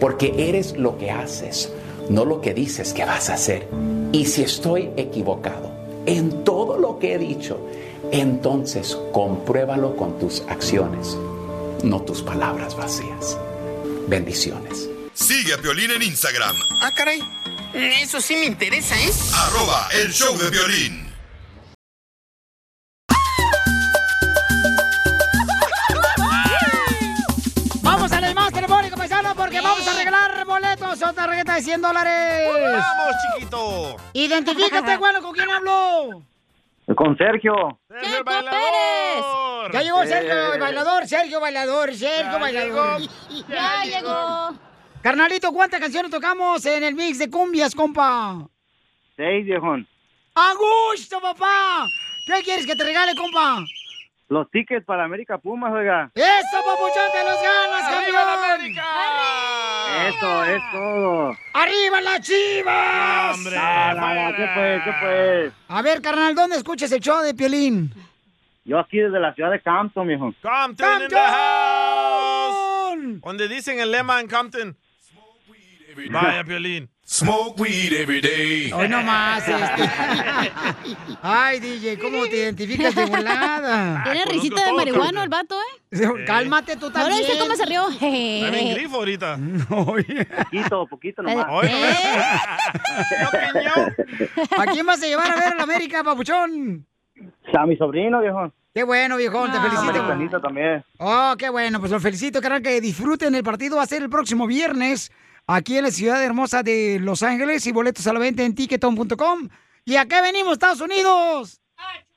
Porque eres lo que haces, no lo que dices que vas a hacer. Y si estoy equivocado en todo lo que he dicho, entonces compruébalo con tus acciones, no tus palabras vacías. Bendiciones.
Sigue a Piolín en Instagram,
Ah, caray. Eso sí me interesa, ¿eh?
arroba el show de Piolín.
Vamos a las más telefónicas, paisanos, porque vamos a regalar boletos tu tarjeta de 100 dólares.
¡Vamos, chiquito! [laughs]
Identifícate, bueno, ¿con quién hablo?
Con Sergio.
¡Sergio Pérez! Ya llegó Sergio,
Eh.
el bailador, Sergio Bailador, Sergio
Ya
Bailador. [laughs]
llegó, ya Ya llegó.
Carnalito, ¿cuántas canciones tocamos en el mix de cumbias, compa?
Seis, viejón.
¡A gusto, papá! ¿Qué quieres que te regale, compa?
Los tickets para América Pumas, oiga.
¡Eso, papuchón, te los ganas,
¡Arriba la
campeón!
Eso es todo.
¡Arriba las chivas!
Ah, no, no, ¿Qué pues? ¿Qué pues?
A ver, carnal, ¿dónde escuchas el show de Piolín?
Yo aquí desde la ciudad de Campton, mijo.
Compton in the house. Donde dicen el lema en Compton. Vaya, Piolín.
Smoke weed every day.
Hoy nomás, este. Ay, DJ, ¿cómo te identificas de
Ah,
[laughs]
volada?
Tiene risita de marihuano el vato, ¿eh?
ah, [laughs] Cálmate tú
Ahora
también.
dice cómo se rió.
Está bien grifo ahorita.
Poquito, poquito
nomás.
Oye,
[laughs]
[laughs]
¿A quién vas a llevar a ver a la América, papuchón?
A mi sobrino, viejón.
Qué bueno, viejón, te felicito.
Americanista también.
Oh, qué bueno, pues lo felicito, carnal, que disfruten el partido. Va a ser el próximo viernes aquí en la ciudad hermosa de Los Ángeles y boletos a la venta en tiquetón.com. ¿Y a qué venimos, Estados Unidos?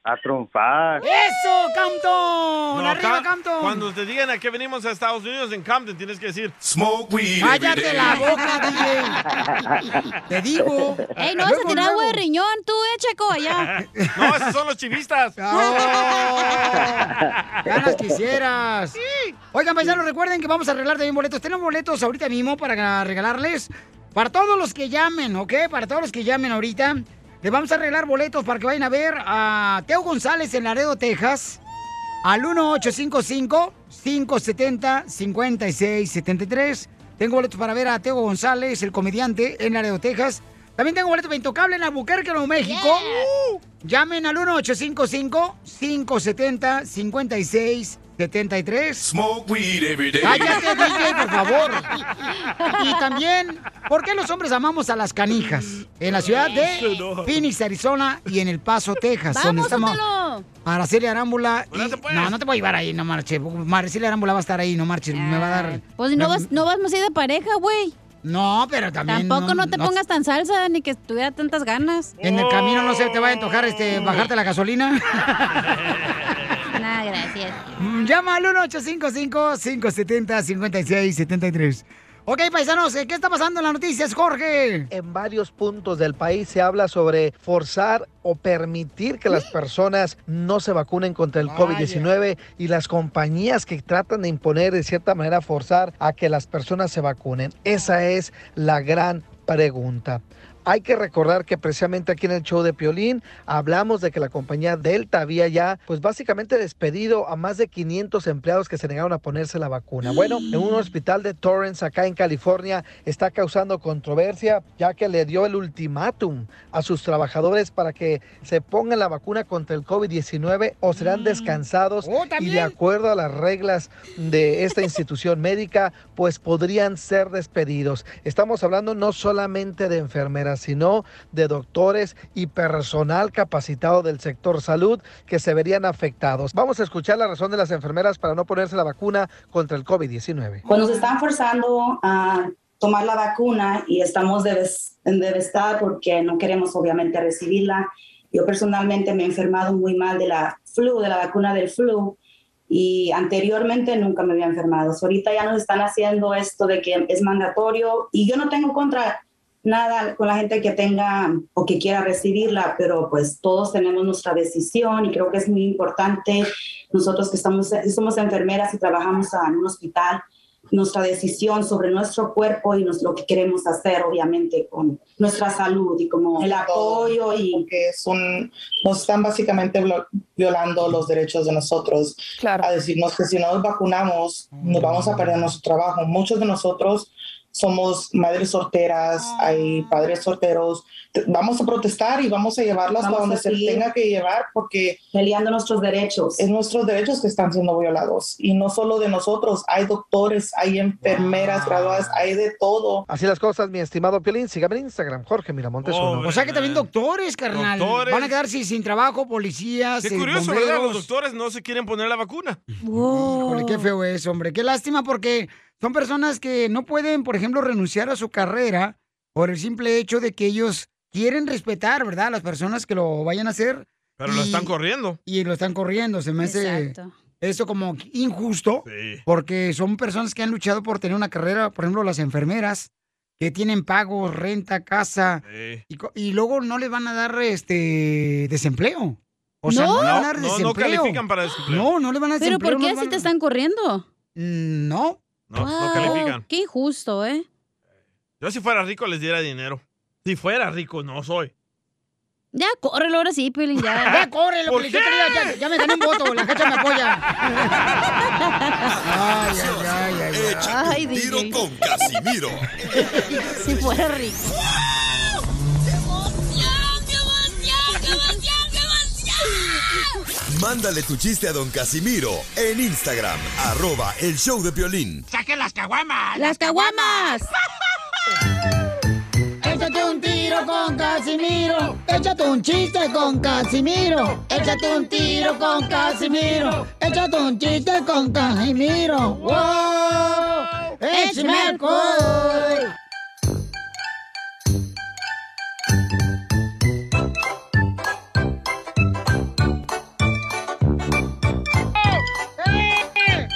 A triunfar.
¡Eso, Campton!
No,
¡Arriba,
acá,
Campton!
Cuando te digan a qué venimos a Estados Unidos en Compton, tienes que decir
Smoke weed
¡Cállate
[laughs]
la boca, DJ! [laughs] ¡Te digo!
Ey, no vas a tirar agua de riñón, tú, eh, Checo,
[laughs]
allá.
No, esos son los chivistas.
Ah, ¡Ganas quisieras! Oigan, paisanos, recuerden que vamos a arreglar también boletos. Tenemos boletos ahorita mismo para regalarles. Para todos los que llamen, ¿ok? Para todos los que llamen ahorita. Les vamos a arreglar boletos para que vayan a ver a Teo González en Laredo, Texas. Al 1855-570-5673. Tengo boletos para ver a Teo González, el comediante, en Laredo, Texas. También tengo boletos para Intocable en Albuquerque, Nuevo México. Uh. Llamen al 1855-570-5673.
Smoke weed every day.
[laughs]
Cállate, DJ,
[laughs]
por favor. Y también, ¿por qué los hombres amamos a las canijas? En la ciudad de Phoenix, Arizona y en El Paso, Texas. donde
Vamos,
estamos
Sotelo.
Aracelia Arámbula.
Pues
y- No, no te voy a llevar ahí, no marches. Aracelia Arámbula va a estar ahí, no marches. Me va a dar.
Pues no vas, no vas más ir de pareja, güey.
No, pero también.
Tampoco no, te pongas tan salsa ni que tuviera tantas ganas. Eh,
En el camino no se te va a antojar este, bajarte la gasolina. [laughs]
Nada, gracias.
Mm, Llama al 1-855-570-5673. Ok, paisanos, ¿eh? ¿qué está pasando en las noticias, Jorge?
En varios puntos del país se habla sobre forzar o permitir que las personas no se vacunen contra el COVID-19 y las compañías que tratan de imponer de cierta manera forzar a que las personas se vacunen. Esa es la gran pregunta. Hay que recordar que precisamente aquí en el show de Piolín hablamos de que la compañía Delta había ya, pues básicamente despedido a más de 500 empleados que se negaron a ponerse la vacuna. Bueno, en un hospital de Torrance, acá en California, está causando controversia ya que le dio el ultimátum a sus trabajadores para que se pongan la vacuna contra el COVID-19 o serán descansados y de acuerdo a las reglas de esta institución médica, pues podrían ser despedidos. Estamos hablando no solamente de enfermeras, sino de doctores y personal capacitado del sector salud que se verían afectados. Vamos a escuchar la razón de las enfermeras para no ponerse la vacuna contra el COVID-19.
Pues nos están forzando a tomar la vacuna y estamos debes- en devastar porque no queremos obviamente recibirla. Yo personalmente me he enfermado muy mal de la flu, de la vacuna del flu y anteriormente nunca me había enfermado. So, ahorita ya nos están haciendo esto de que es mandatorio y yo no tengo contra nada con la gente que tenga o que quiera recibirla, pero pues todos tenemos nuestra decisión y creo que es muy importante nosotros que estamos, somos enfermeras y trabajamos en un hospital, nuestra decisión sobre nuestro cuerpo y nos- lo que queremos hacer, obviamente, con nuestra salud y como el apoyo y...
que es un, nos están básicamente vlo- violando los derechos de nosotros. A decirnos que si no nos vacunamos, nos vamos a perder nuestro trabajo. Muchos de nosotros somos madres solteras, hay padres solteros. Te- Vamos a protestar y vamos a llevarlas
Vamos
a donde
a
se
seguir
tenga que llevar porque...
Peleando nuestros derechos.
Es nuestros derechos que están siendo violados. Y no solo de nosotros, hay doctores, hay enfermeras
Ah.
graduadas, hay de todo.
Así las cosas, mi estimado Piolín. Sígame en Instagram, Jorge
Este
Miramontes. uno.
o sea que también doctores, Pues carnal.
Doctores.
Van a quedarse sin- sin trabajo, policías.
Ah, Qué
eh,
curioso, ¿verdad? Los
bomberos.
doctores no se quieren poner la vacuna.
Híjole, qué feo es, hombre. Qué lástima porque son personas que no pueden, por ejemplo, renunciar a su carrera por el simple hecho de que ellos quieren respetar, ¿verdad? A las personas que lo vayan a hacer.
Pero lo están corriendo.
Y lo están corriendo, se me hace
Exacto.
eso como injusto,
Sí.
porque son personas que han luchado por tener una carrera, por ejemplo, las enfermeras, que tienen pagos, renta, casa,
Sí.
y, co- y luego no le van a dar este desempleo. O sea, no,
No.
le van a dar
No, no
desempleo.
califican para
desempleo.
No, no le van a dar
¿Pero
desempleo.
por qué
no
así
van- Mm,
te están corriendo?
No.
No,
Wow,
no califican.
Qué injusto, ¿eh?
Yo si fuera rico les diera dinero. Si fuera rico, no soy.
Ya, córrelo ahora sí, Piolín, ya.
[laughs] Ya, córrelo,
¿Por
Piolín, qué? querida, ya- ya me gané un voto, la cacha me
Ay, ay, ay,
Ay,
ay. Tiro con Casimiro.
[laughs] Si fuera rico.
Mándale tu chiste a don Casimiro en Instagram, arroba el show de violín.
¡Saque las caguamas!
¡Las caguamas!
Échate un tiro con Casimiro. Échate un chiste con Casimiro. Échate un tiro con Casimiro. Échate un chiste con Casimiro. ¡Wow! ¡Échame alcohol!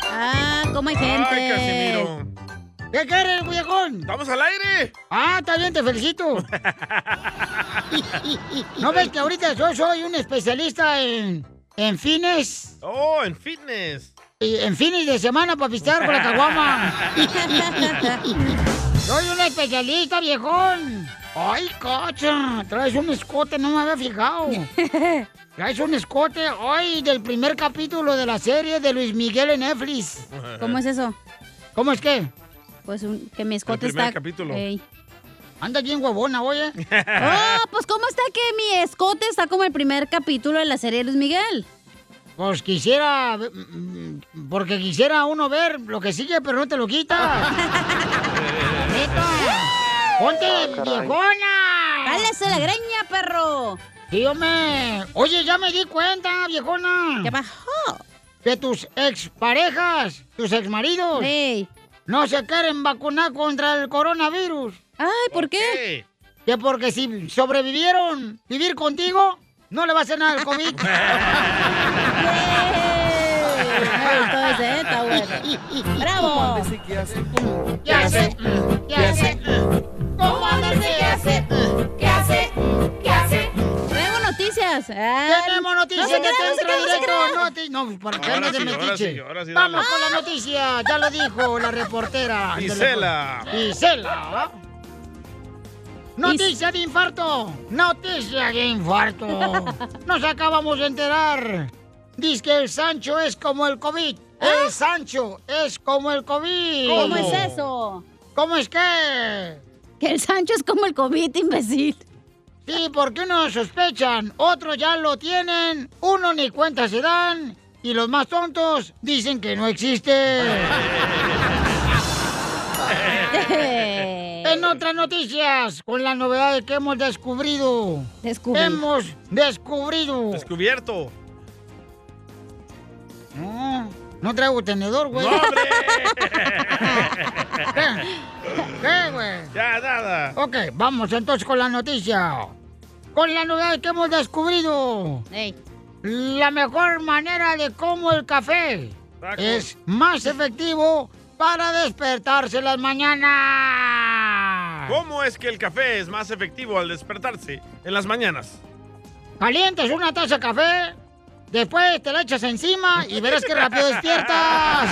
Ah, cómo hay gente.
¿Qué quieres, viejón?
¡Vamos al aire!
Ah, está bien,
[laughs]
te felicito. ¿No ves que ahorita yo soy un especialista en, en fines?
Oh, en
[laughs]
fitness.
Y en fines de semana para pistear con
[laughs]
la
¡Ah!
caguama. Soy un especialista, viejón. Ay, cacha, traes un escote, no me había fijado. Traes un escote, ay, del primer capítulo de la serie de Luis Miguel en Netflix.
¿Cómo es eso?
¿Cómo es qué?
Pues un- que mi escote
El primer
está...
capítulo.
Ey.
Anda bien huevona, oye.
Ah, pues ¿cómo está que mi escote está como el primer capítulo de la serie de Luis Miguel?
Pues quisiera, mm, mm, porque quisiera uno ver lo que sigue, pero no te
[laughs]
lo quita. Neta. Ponte viejona.
¡Cálese la greña, perro!
Dígame. Oye, ya me di cuenta, viejona. ¿Qué
bajó?
Que tus exparejas, tus exmaridos, no se quieren vacunar contra el coronavirus.
Ay, ¿por qué?
Que porque si sobrevivieron vivir contigo, no le va a hacer nada
[laughs]
el COVID.
¿eh?
[laughs]
¡Bravo!
¿Qué hace? ¿Qué hace?
¿Cómo andarse? ¿Qué hace? ¿Qué hace? ¿Qué hace? Tenemos noticias. Ah,
Tenemos noticias
No se
de
crean, no se
Centro
crean, no se
Directo,
crean.
noti- No, para que
Ahora
andes de
sí, ahora
metiche.
sí, ahora sí, dale.
Vamos con la
Ah.
noticia, ya lo dijo la reportera.
Gisela.
Gisela. Noticia de infarto. Noticia de infarto.
[laughs]
Nos acabamos de enterar. Dice que el Sancho es como el COVID. El Sancho es como el COVID.
¿Ah? ¿Cómo es eso?
¿Cómo es que?
Que el Sancho es como el COVID, imbécil.
Sí, porque unos sospechan, otros ya lo tienen, unos ni cuenta se dan y los más tontos dicen que no existe. en otras noticias, con las novedades que hemos descubrido.
Descubrido.
Hemos descubrido.
Descubierto.
No, Mm, no traigo tenedor, güey.
¡No,
[laughs]
hombre!
¿Qué, güey?
Ya, nada.
Ok, vamos entonces con la noticia. Con la novedad que hemos descubrido. La mejor manera de cómo el café
Tacos.
es más efectivo para despertarse las mañanas.
¿Cómo es que el café es más efectivo al despertarse en las mañanas?
Calientes una taza de café, después te la echas encima y verás
[laughs]
qué rápido despiertas.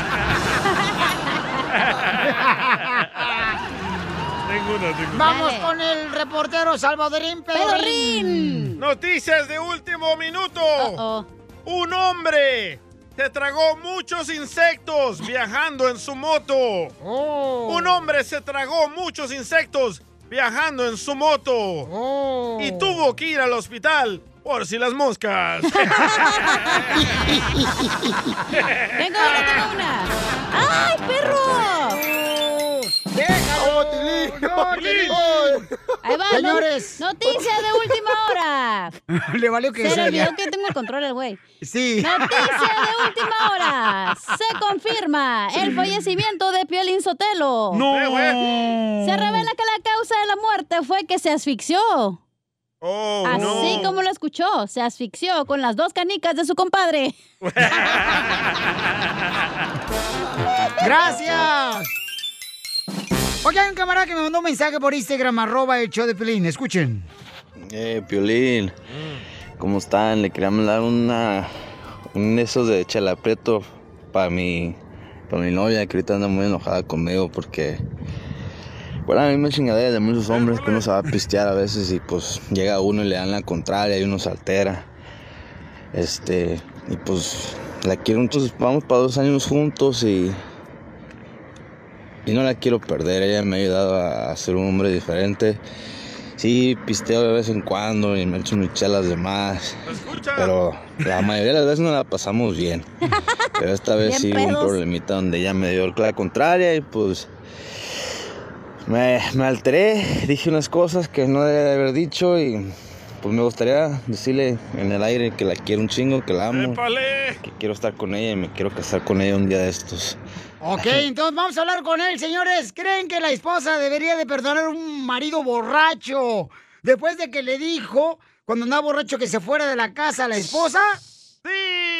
Tengo uno, tengo uno.
Vamos con el reportero Salvadorín Pedrín.
Noticias de último minuto. Un hombre se tragó muchos insectos viajando en su moto. Un hombre se tragó muchos insectos viajando en su moto. Y tuvo que ir al hospital por si las moscas.
Tengo una, tengo una. ¡Ay, perro!
¡Déjalo!
Ahí Ahí va,
Señores.
no- noticia de última [laughs] hora.
[laughs] Le valió que
Se le
sea ya.
olvidó que tengo el control el güey.
Sí.
Noticia de última
[laughs]
hora. Se confirma el fallecimiento de Piolín Sotelo.
No. Eh,
Se revela que la causa de la muerte fue que se asfixió. Así como lo escuchó, se asfixió con las dos canicas de su compadre.
¡Gracias! Oye, hay un camarada que me mandó un mensaje por Instagram, arroba el show de Pelín. Escuchen.
Eh, Piolín, ¿cómo están? Le quería mandar una, un esos de chalapreto para mi, para mi novia que ahorita anda muy enojada conmigo porque, bueno, a mí me chingadera de muchos hombres que uno se va a pistear a veces y pues llega uno y le dan la contraria y uno se altera. Este, y pues la quiero, entonces vamos para dos años juntos y, y no la quiero perder. Ella me ha ayudado a, a ser un hombre diferente. Sí, pisteo de vez en cuando y me echo mis chelas de más. Pero la mayoría de las veces no la pasamos
[laughs]
bien. Pero esta
Bien
vez sí hubo
pedos.
un problemita donde ella me dio la contraria y pues me, me alteré. Dije unas cosas que no debía de haber dicho y pues me gustaría decirle en el aire que la quiero un chingo, que la amo. Que quiero estar con ella y me quiero casar con ella un día de estos.
Ok, entonces vamos a hablar con él, señores. ¿Creen que la esposa debería de perdonar a un marido borracho después de que le dijo, cuando andaba borracho, que se fuera de la casa a la esposa?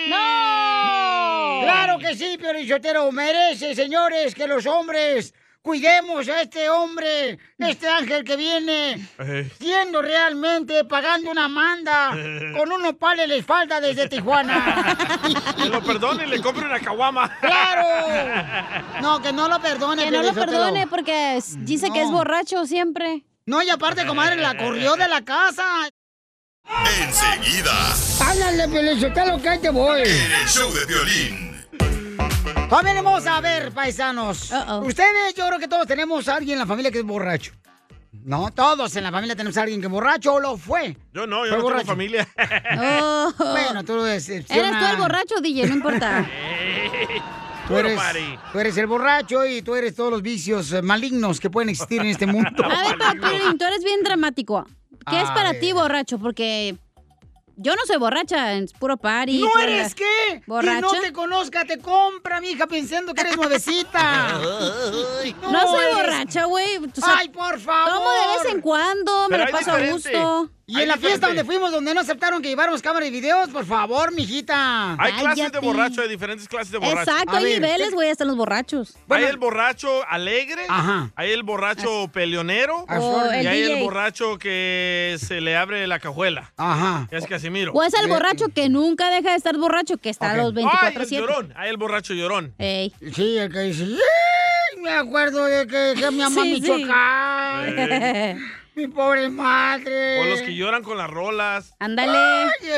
¡No! ¡Claro que sí, Piorichotero! Merece, señores, que los hombres cuidemos a este hombre, este ángel que viene, siendo realmente pagando
[laughs]
una manda con unos pales de espalda desde Tijuana.
Que lo perdone y le compre una caguama.
¡Claro! No, que no lo perdone.
Que no lo
Piolín Sotelo.
perdone porque es- dice que es borracho siempre.
No, y aparte, comadre, la corrió de la casa.
Enseguida,
Háblale, Piolichotelo, que ahí te voy.
en el show de violín.
Familia hermosa, a ver, paisanos. Ustedes, yo creo que todos tenemos a alguien en la familia que es borracho. No, todos en la familia tenemos a alguien que es borracho o lo fue.
Yo no, yo
Fue
no
borracho.
tengo
[laughs]
familia.
Bueno, tú eres.
Oh. Eres tú el borracho, DJ, no importa.
[laughs] Tú eres, tú eres el borracho y tú eres todos los vicios eh, malignos que pueden existir en este mundo.
[laughs] A ver, pero Piolín, tú eres bien dramático. ¿Qué es
A
para
ver.
ti borracho? Porque yo no soy borracha, es puro party.
¿No
pura-
eres qué?
¿Borracha?
Que no te conozca, te compra, mija, pensando que eres nuevecita. [laughs]
No, soy borracha, güey. O sea,
Ay, por favor.
Tomo de vez en cuando, me lo paso a gusto.
Y en la fiesta donde fuimos, donde no aceptaron que lleváramos cámara y videos, por favor, mijita.
Hay clases de borracho, hay diferentes clases de borracho.
Exacto, hay niveles, güey, hasta los borrachos.
hay el borracho alegre, hay el borracho peleonero
A su orden.
y
el
hay el
DJ.
borracho que se le abre la cajuela.
Ajá.
Es Casimiro.
O es el borracho que nunca deja de estar borracho, que está a los
Ay, el
24-7.
llorón. Hay el borracho llorón.
Ey.
Sí, el que dice, "Ay, me acuerdo de que
[laughs]
dejé a mi mamá
Sí, sí.
Michoacán.
Eh.
Mi pobre madre.
O los que lloran con las rolas.
Ay,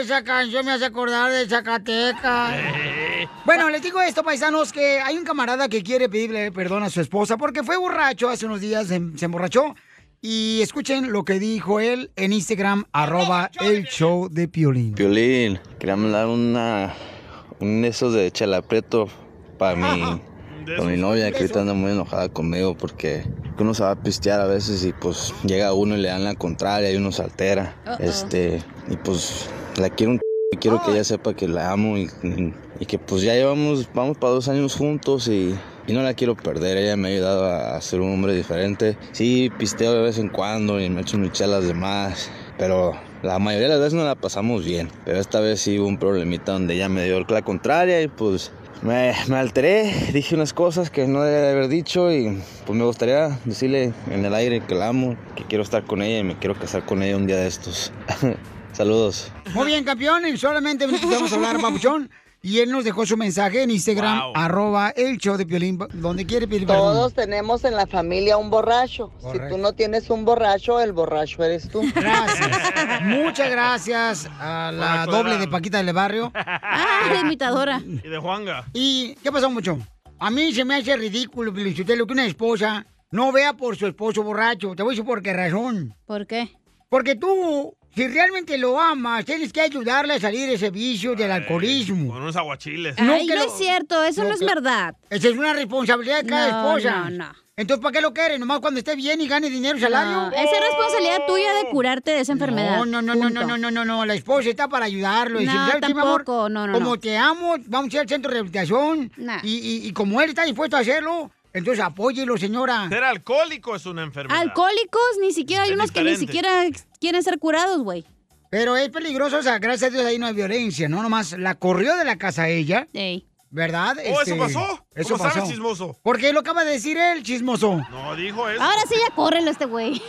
esa canción me hace acordar de
[laughs]
Zacatecas.
Eh.
Bueno, les digo esto, paisanos, que hay un camarada que quiere pedirle perdón a su esposa porque fue borracho hace unos días, se, se emborrachó. Y escuchen lo que dijo él en Instagram, arroba el show de Piolín.
Piolín, quería mandar una, un esos de chalapreto para mi, para mi novia que ahorita anda muy enojada conmigo porque uno se va a pistear a veces y pues llega uno y le dan la contraria y uno se altera.
Uh-oh.
Este, y pues la quiero un y quiero que ella sepa que la amo y, y que pues ya llevamos, vamos para dos años juntos y, y no la quiero perder. Ella me ha ayudado a, a ser un hombre diferente. Sí, pisteo de vez en cuando y me echo mis chelas de más, pero la mayoría de las veces no la pasamos bien. Pero esta vez sí hubo un problemita donde ella me dio la contraria y pues me, me alteré. Dije unas cosas que no debía de haber dicho y pues me gustaría decirle en el aire que la amo, que quiero estar con ella y me quiero casar con ella un día de estos. [laughs] Saludos.
Muy bien, campeón. En solamente minutos vamos
[laughs]
a hablar, papuchón. Y él nos dejó su mensaje en Instagram, arroba el show de Piolín, donde quiere pedir perdón.
Todos tenemos en la familia un borracho. Si
Correcto.
tú no tienes un borracho, el borracho eres tú.
Gracias. Muchas gracias a la doble de Paquita del Barrio.
[laughs] Ah, la imitadora.
Y de Juanga.
¿Y qué pasó, mucho? A mí se me hace ridículo, Felicitelo, que una esposa no vea por su esposo borracho. Te voy a decir por qué razón.
¿Por qué?
Porque tú, si realmente lo amas, tienes que ayudarle a salir ese vicio del alcoholismo.
Con unos aguachiles.
Ay, no es cierto, eso no es verdad.
Esa es una responsabilidad de cada
No, no,
esposa.
no.
Entonces, ¿para qué lo quiere? Nomás cuando esté bien y gane dinero, salario.
No, esa es responsabilidad tuya de curarte de esa enfermedad.
No, no, no, no, no, no, no, no, no, La esposa está para ayudarlo. Y
No,
¿sabes qué, mi amor?
tampoco, no, no,
Como
no.
te amo, vamos a ir al centro de rehabilitación.
Nah.
Y, y- y como él está dispuesto a hacerlo, entonces apóyelo, señora.
Ser alcohólico es una enfermedad.
Alcohólicos, ni siquiera hay
Es
unos que ni
diferente.
siquiera quieren ser curados, güey.
Pero es peligroso, o sea, gracias a Dios ahí no hay violencia, ¿no? Nomás la corrió de la casa ella. ¿Verdad? Este,
Oh, ¿eso pasó?
Eso
¿Cómo
pasó.
sabes, chismoso?
Porque lo acaba de decir él, chismoso.
No dijo eso.
Ahora sí ya córrelo a este
[laughs]
güey.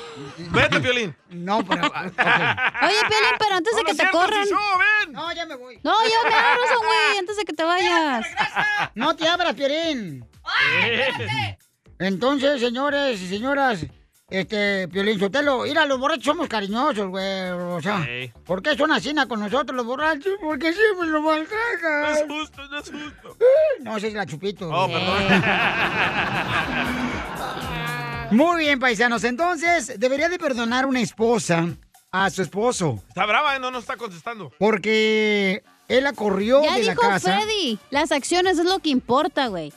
Vete, Piolín.
No, pero...
Oye, Pelín, pero antes de que te corran.
No, ya me voy.
No, yo me abro eso, güey, antes de
[laughs]
que te vayas.
No te abras, Piolín. Entonces, señores y señoras, este, Piolín Sotelo, mira, los borrachos somos cariñosos, güey, o sea,
Ey.
¿por qué son así na, con nosotros los borrachos? Porque siempre nos maltratan.
No es justo, no es justo.
No, esa es la chupito. Eh.
Oh, perdón.
Muy bien, paisanos, entonces, debería de perdonar una esposa a su esposo,
Está brava, ¿eh? No nos está contestando.
porque él la corrió
Ya
de la
dijo
casa.
Freddy, las acciones es lo que importa, güey.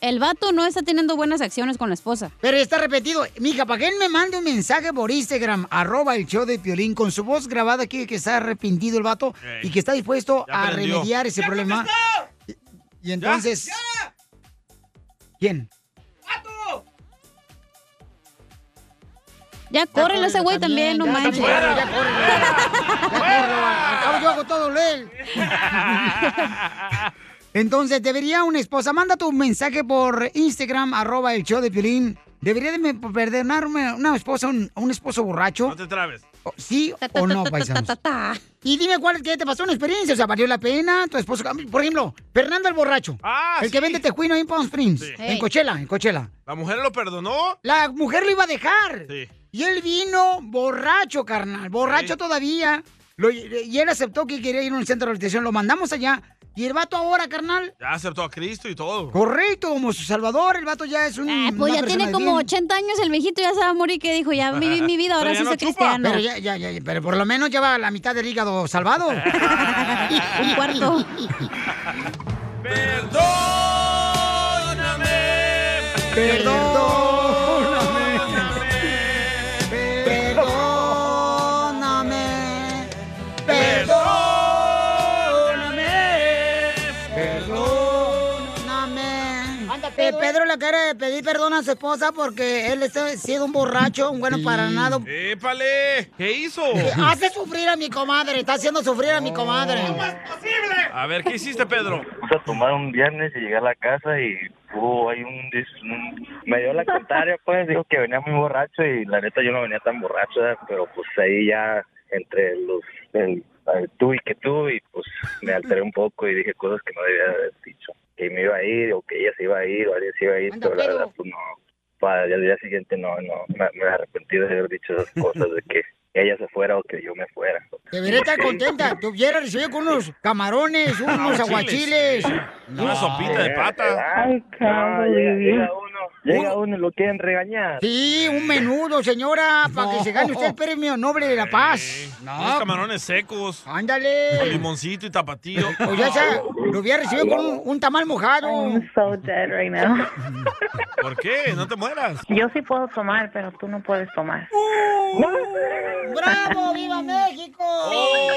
El vato no está teniendo buenas acciones con la esposa.
Pero está repetido. Mija, ¿para que él me mande un mensaje por Instagram? Arroba el show de Piolín con su voz grabada aquí que está arrepentido el vato
Ey.
y que está dispuesto
Ya
a
aprendió.
remediar ese problema. Y, y entonces... ¿Quién?
Ya córrelo a ese güey también, no
ya,
manches.
también, ya córrelo. Ya
¡Ah!
córrelo, al cabo yo hago todo lo de él. Entonces, debería una esposa, manda tu mensaje por Instagram, arroba el show de Piolín. ¿Debería de me- perdonarme una esposa, un, un esposo borracho?
No te trabes.
O- ¿Sí o no, paisanos? Y dime cuál que te pasó una experiencia, o sea, ¿valió la pena? Tu esposo, por ejemplo, Fernando el borracho. el que vende tejuino ahí en Palm Springs,
Sí.
en Cochela, en Cochela.
¿La mujer lo perdonó?
La mujer lo iba a dejar.
Sí.
Y él vino borracho, carnal, borracho todavía. Lo- y él aceptó que quería ir a un centro de rehabilitación, lo mandamos allá. Y el vato ahora, carnal,
Ya aceptó a Cristo y todo.
correcto, como su salvador, el vato ya es un...
Pues
una
ya
persona
tiene
de
como
bien.
80 años el viejito, ya se va a morir, que dijo, ya viví mi vida, ahora sí soy cristiano.
Pero ya, ya, ya, ya, pero por lo menos lleva la mitad del
[laughs]
hígado salvado. Un
cuarto.
Perdóname. Perdóname. Perdóname. Perdóname. Eh, Pedro le quiere pedir perdón a su esposa porque él ha sido un borracho, un bueno para nada. Eh,
¡Épale! ¿Qué hizo?
Hace sufrir a mi comadre, está haciendo sufrir a mi comadre.
A ver, ¿qué hiciste, Pedro?
Vamos a tomar un viernes y llegué a la casa y hubo ahí un, dis- un- Me dio la contraria, pues, dijo que venía muy borracho y la neta yo no venía tan borracho, ¿verdad? pero pues ahí ya entre los... el- el tú y que tú y pues me alteré un poco y dije cosas que no debía haber dicho. Que me iba a ir o que ella se iba a ir o alguien se iba a ir, pero la verdad pues no. Para el día siguiente no, no, me, me arrepentí de haber dicho esas cosas, de que ella se fuera o que yo me fuera.
Debería estar contenta. Te hubiera recibido con unos camarones, unos aguachiles.
Una sopita de pata.
Ay, cabrón. Llega, llega uno, llega uno y lo quieren regañar.
Sí, un menudo, señora, para que se gane usted el premio Noble de la Paz.
Unos camarones secos. Con
pues. Ándale.
limoncito y tapatío.
O ya sea, lo hubiera recibido con un, un tamal mojado.
so dead right now.
¿Por qué? No te mueras.
Yo sí puedo tomar, pero tú no puedes tomar.
¡Bravo! ¡Viva México!
Oh,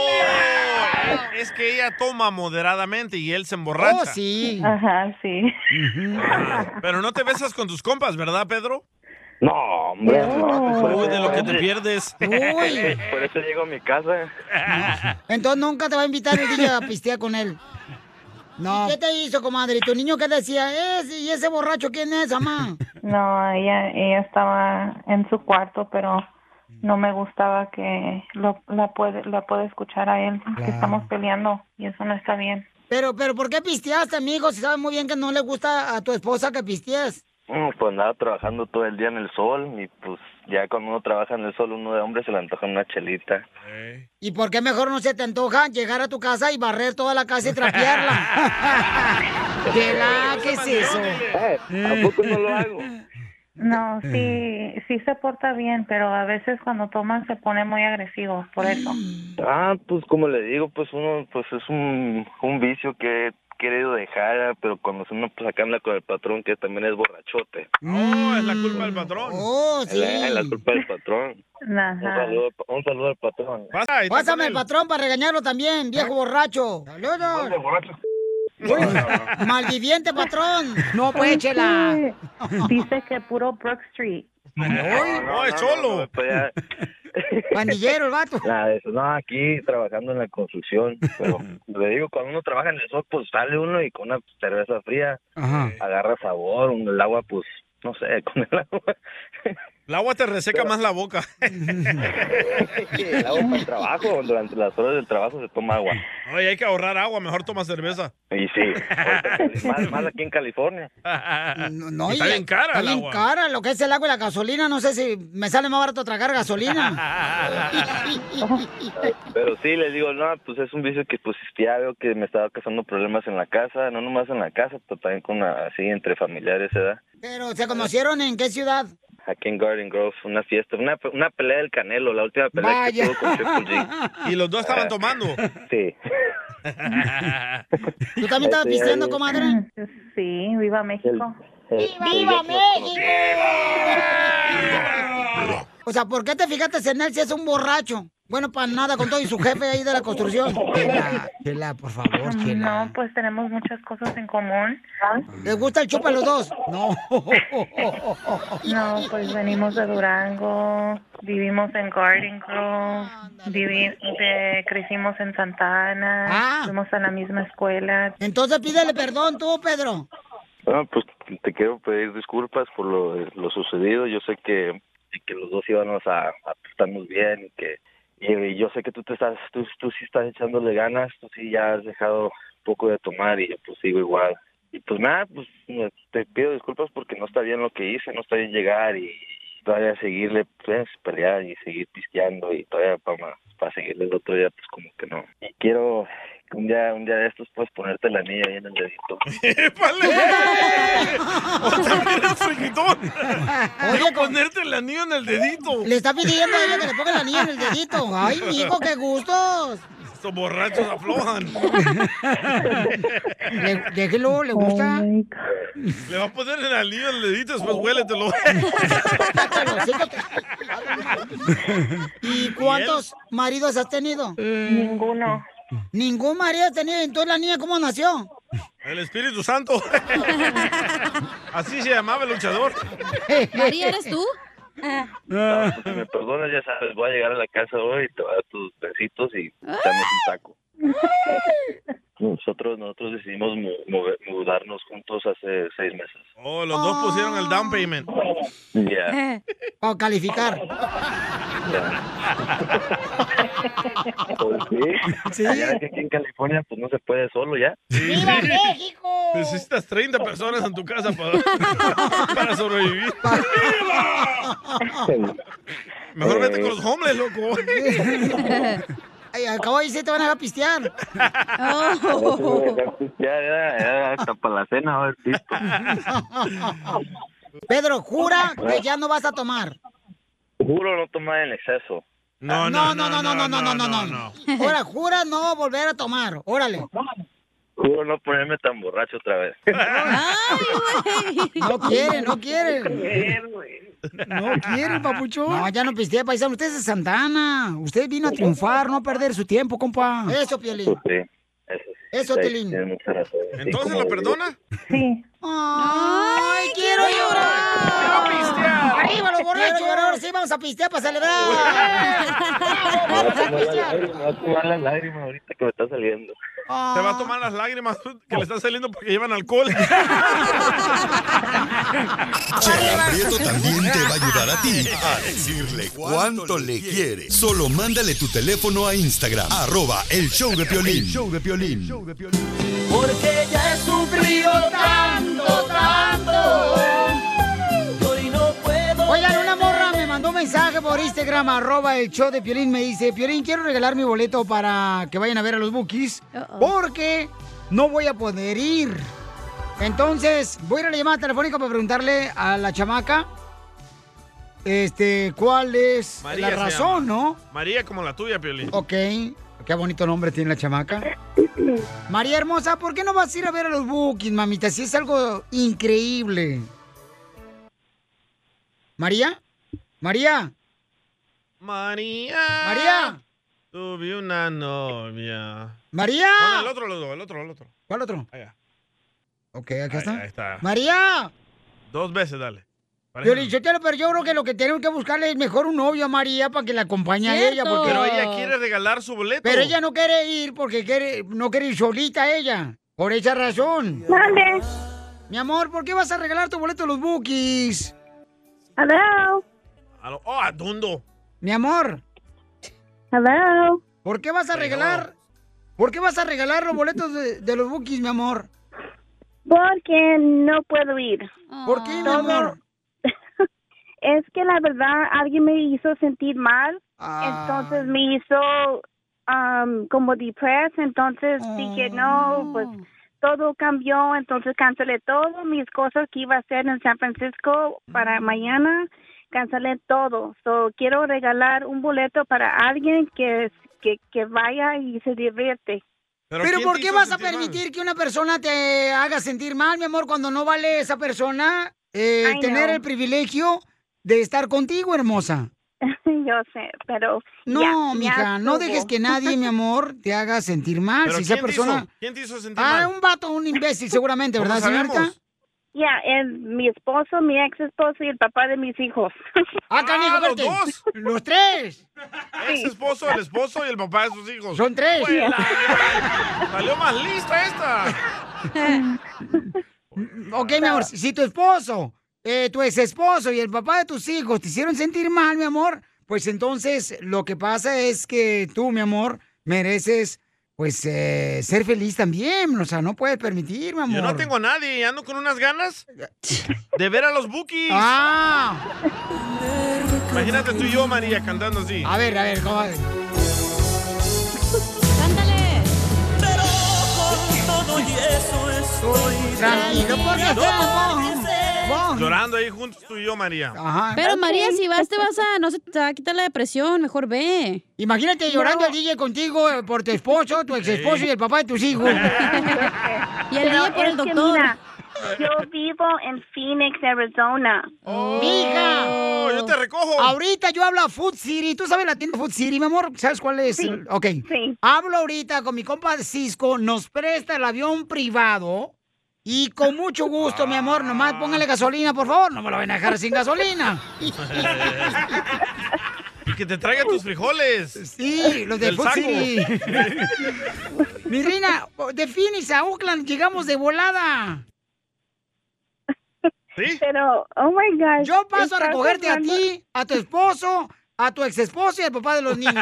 Es que ella toma moderadamente y él se emborracha.
Oh, sí. Ajá, sí.
Ah, Pero no te besas con tus compas, ¿verdad, Pedro?
No, hombre, no. pues,
Uy, de lo que te pierdes.
Uy.
Por eso llego a mi casa.
[laughs] Entonces nunca te va a invitar el día a pistear con él. No. ¿Qué te hizo, comadre? ¿Y tu niño qué decía? ¿Ese, ¿Y ese borracho quién es, mamá?
No, ella, ella estaba en su cuarto, pero no me gustaba que lo, la puede, la pueda escuchar a él, que estamos peleando y eso no está bien.
Pero, pero, ¿por qué pisteaste, amigo? Si sabes muy bien que no le gusta a tu esposa que pistees.
Mm, Pues andaba trabajando todo el día en el sol y pues ya cuando uno trabaja en el sol, uno de hombre se le antoja una chelita.
¿Y por qué mejor no se te antoja llegar a tu casa y barrer toda la casa y trapearla? ¿Qué, la, ¿Qué es eso?
Tampoco no lo hago?
No, sí, sí se porta bien, pero a veces cuando toman se pone muy agresivo, por eso.
Ah, pues como le digo, pues uno, pues es un, un vicio que, querido dejar, pero cuando uno pues acá anda con el patrón que también es borrachote.
Oh, es la culpa del patrón.
Oh,
Es la, es la culpa
[laughs]
del patrón. Un saludo, un saludo al patrón.
Pásame el patrón para regañarlo también,
¿Eh?
viejo borracho. Saludos.
[laughs]
Malviviente patrón. No, pues, chela.
Dice que puro Brook Street.
no, es solo. [laughs]
Pandillero el vato.
no, aquí trabajando en la construcción. Pero le digo, cuando uno trabaja en el sol, pues sale uno y con una cerveza fría
Ajá.
agarra sabor. un- El agua, pues, no sé, [laughs] con el agua.
El agua te reseca más la
[laughs]
boca.
El agua para el trabajo. Durante las horas del trabajo se toma agua.
Oye, hay que ahorrar agua, mejor toma cerveza.
Y sí, ahorita, más, más aquí en California.
No,
está
y-
bien cara
Está
el
bien
agua.
cara lo que es el agua y la gasolina. No sé si me sale más barato tragar
[laughs]
gasolina.
[laughs] Pero sí, les digo, no, pues es un vicio que pues ya veo que me estaba causando problemas en la casa, no nomás en la casa, pero también con la- así entre familiares, ¿verdad?
Pero, ¿se conocieron en qué ciudad?
Aquí en Garden Grove, una fiesta, una, una pelea del Canelo, la última pelea
Vaya.
que tuvo con Triple G.
[laughs] ¿Y los dos estaban tomando?
Sí.
¿Tú también estabas
Este,
pisteando,
el-
comadre?
Sí, viva México.
el-
¡Viva México! O sea, ¿por qué te fijaste en él si es un borracho? Bueno, para nada, con todo y su jefe ahí de la [laughs]
[laughs]
construcción. Chela, chela, por favor, chela.
No, pues tenemos muchas cosas en común.
¿Les gusta el chupa a los dos? No.
[laughs] No, pues venimos de Durango, vivimos en Garden Grove, vivi-
pues.
de- crecimos en Santana, fuimos a la misma escuela.
Ah. Entonces pídele perdón tú, Pedro.
No, pues te quiero pedir disculpas por lo, lo sucedido. Yo sé que, que los dos íbamos a, a estarnos bien y que eh, y yo sé que tú te estás, tú, tú sí estás echándole ganas, tú sí ya has dejado un poco de tomar y yo pues sigo igual. Y pues nada, pues me- te pido disculpas porque no está bien lo que hice, no está bien llegar y todavía seguirle, pues pelear y seguir pisteando y todavía para, para seguirle el otro día, pues como que no. Y quiero que un día, un día de estos pues ponerte la anilla ahí en el dedito.
[laughs] Otra vez el friquitón. Quiero ponerte el anillo en el dedito.
Le está pidiendo a ella que le ponga el anillo en el dedito. Ay, mijo, qué gustos.
Estos borrachos aflojan.
Le, déjelo, le gusta.
Le va a poner el anillo en el dedito, después huéletelo.
¿Y cuántos maridos has tenido?
Ninguno.
¿Ningún marido has tenido? Entonces la niña, ¿cómo nació?
[laughs] El Espíritu
[laughs]
Santo. Así se llamaba el luchador.
[laughs] María, ¿eres tú?
Ah.
No, pues, si me perdonas, ya sabes, voy a llegar a la casa hoy, te voy a dar tus besitos y echamos
Ah.
un taco. Nosotros, nosotros decidimos mu- mover- mudarnos juntos hace seis meses.
Oh, los
Ah.
dos pusieron el down payment.
[laughs]
Ya.
Para calificar.
Pues, sí. Ya que aquí en California pues no se puede
[laughs]
solo ya.
¡Viva
[laughs]
México!
Necesitas 30 personas en tu casa para, [laughs] para sobrevivir. Mejor vete con los homeless, loco.
Ay, al cabo ahí sí te van a dejar pistear. Oh.
Ya, ya, ya, hasta para la cena, pues. a ver, listo.
Pedro, jura que ya no vas a tomar.
Juro no tomar en exceso.
No,
Ah, No, no, no, no, no, no, no, no, no. Ahora, jura no volver a tomar. Órale.
Juro no ponerme tan borracho
[laughs]
otra vez.
Ah. No quiere, no quiere. No quiere, papuchón. No, ya no pistea, paisano. Usted es de Santana. Usted vino a triunfar, no a perder su tiempo, compa. Eso, Piolín.
Pues sí, eso sí.
Eso,
Sí,
Tilín.
tienes mucha razón. Sí,
Entonces, ¿lo
como digo,
perdona?
¡Ay, quiero llorar! ¡Quiero pistear! ¡Arriba los borrachos!
Quiero llorar.
Ahora sí, vamos a pistear para celebrar.
Me va a tomar la- me va a tomar las lágrimas ahorita que me está saliendo.
Te va a tomar las lágrimas que le están saliendo porque llevan alcohol.
Chela Prieto también te va a ayudar a ti [laughs] a decirle cuánto le quiere. Solo mándale tu teléfono a Instagram, arroba el show de Piolín. show de Piolín.
Porque ya he sufrido tanto, tanto. Hoy no puedo.
Oigan, una morra me mandó un mensaje por Instagram, arroba el show de Piolín. Me dice, Piolín, quiero regalar mi boleto para que vayan a ver a los Bookies. Porque no voy a poder ir. Entonces, voy a ir a la llamada telefónica para preguntarle a la chamaca. Este, ¿cuál es
María
la
se
razón, no? Oh.
María como la tuya, Piolín.
Ok, qué bonito nombre tiene la chamaca. María Hermosa, ¿por qué no vas a ir a ver a los Bookies, mamita? Si es algo increíble. ¿María? ¿María?
María.
¿María?
Tuve una novia.
¡María!
Pon el otro, el otro, el otro.
¿Cuál otro?
Allá.
Ok, acá está.
Ahí está.
¡María!
Dos veces, dale. Parece-
Yo le dije, "Chotelo, pero yo creo que lo que tenemos que buscarle es mejor un novio a María para que la acompañe a ella. Porque...
Pero ella quiere regalar su boleto.
Pero ella no quiere ir porque quiere, no quiere ir solita ella. Por esa razón. Mi amor, ¿por qué vas a regalar tu boleto a los bookies? Hello.
Aló. Oh, adundo.
Mi amor.
Hello.
¿Por qué vas a regalar? ¿Por qué vas a regalar los boletos de, de los bookies, mi amor?
Porque no puedo ir.
¿Por qué, mi
Todo-
amor?
[laughs] es que la verdad alguien me hizo sentir mal,
Ah.
entonces me hizo um, como depressed, entonces dije
Oh.
no, pues todo cambió, entonces cancelé todo, mis cosas que iba a hacer en San Francisco para
Mm.
mañana, cancelé todo. So, quiero regalar un boleto para alguien que, que, que vaya y se divierte.
¿Pero,
¿quién
por
te
qué
hizo
vas a
sentir mal?
permitir que una persona te haga sentir mal, mi amor, cuando no vale esa persona eh,
I
tener
know.
el privilegio de estar contigo, hermosa?
[laughs] Yo sé, pero...
No,
ya, ya
mija, no
estuvo.
dejes que nadie,
[laughs]
mi amor, te haga sentir mal.
¿Pero
si esa
quién te
persona...
hizo? ¿Quién te hizo sentir
Ah,
mal?
un vato, un imbécil, seguramente,
¿Cómo
¿verdad,
sabemos?
señorita?
Ya, es mi esposo, mi ex esposo y el papá de mis hijos.
¡Ah, canijo,
los espérate. dos!
¡Los tres!
Ex Ah, esposo, el esposo y el papá de sus hijos.
Son tres.
¡Huela! Salió más lista esta.
[laughs] Ok, mi amor, si tu esposo, eh, tu ex esposo y el papá de tus hijos te hicieron sentir mal, mi amor, pues entonces lo que pasa es que tú, mi amor, mereces, pues, eh, ser feliz también. O sea, no puedes permitir, mi amor.
Yo no tengo a nadie y ando con unas ganas de ver a los bookies.
¡Ah!
Imagínate tú y yo, María, cantando así.
A ver, a ver, ¿cómo?
Todo y eso estoy
Tranquilo, porque
[laughs] Llorando ahí juntos tú y yo, María.
Pero María, si vas, te vas a. No se te va a quitar la depresión, mejor ve.
Imagínate llorando al DJ contigo eh, por tu esposo, tu ex esposo y el papá de tus hijos.
[laughs] Y el
Pero
día por el
es que
doctor.
mira, yo vivo en Phoenix, Arizona.
Oh, ¡Mija!
Oh, yo te recojo.
Ahorita yo hablo a Food City. ¿Tú sabes la tienda Food City, mi amor? ¿Sabes cuál es?
Sí,
Ok. Hablo ahorita con mi compa Cisco. Nos presta el avión privado. Y con mucho gusto, mi amor, nomás póngale gasolina, por favor. No me lo van a dejar sin gasolina.
[laughs] Y que te traiga tus frijoles.
Sí, los de
Del
Food
saco. [laughs]
City. Mi reina, oh, de Phoenix a Oakland llegamos de volada.
¿Sí?
Pero, oh my God.
Yo paso a
estás
recogerte a
hablando-
ti, a tu esposo, a tu ex esposo y al papá de
[laughs]
los niños.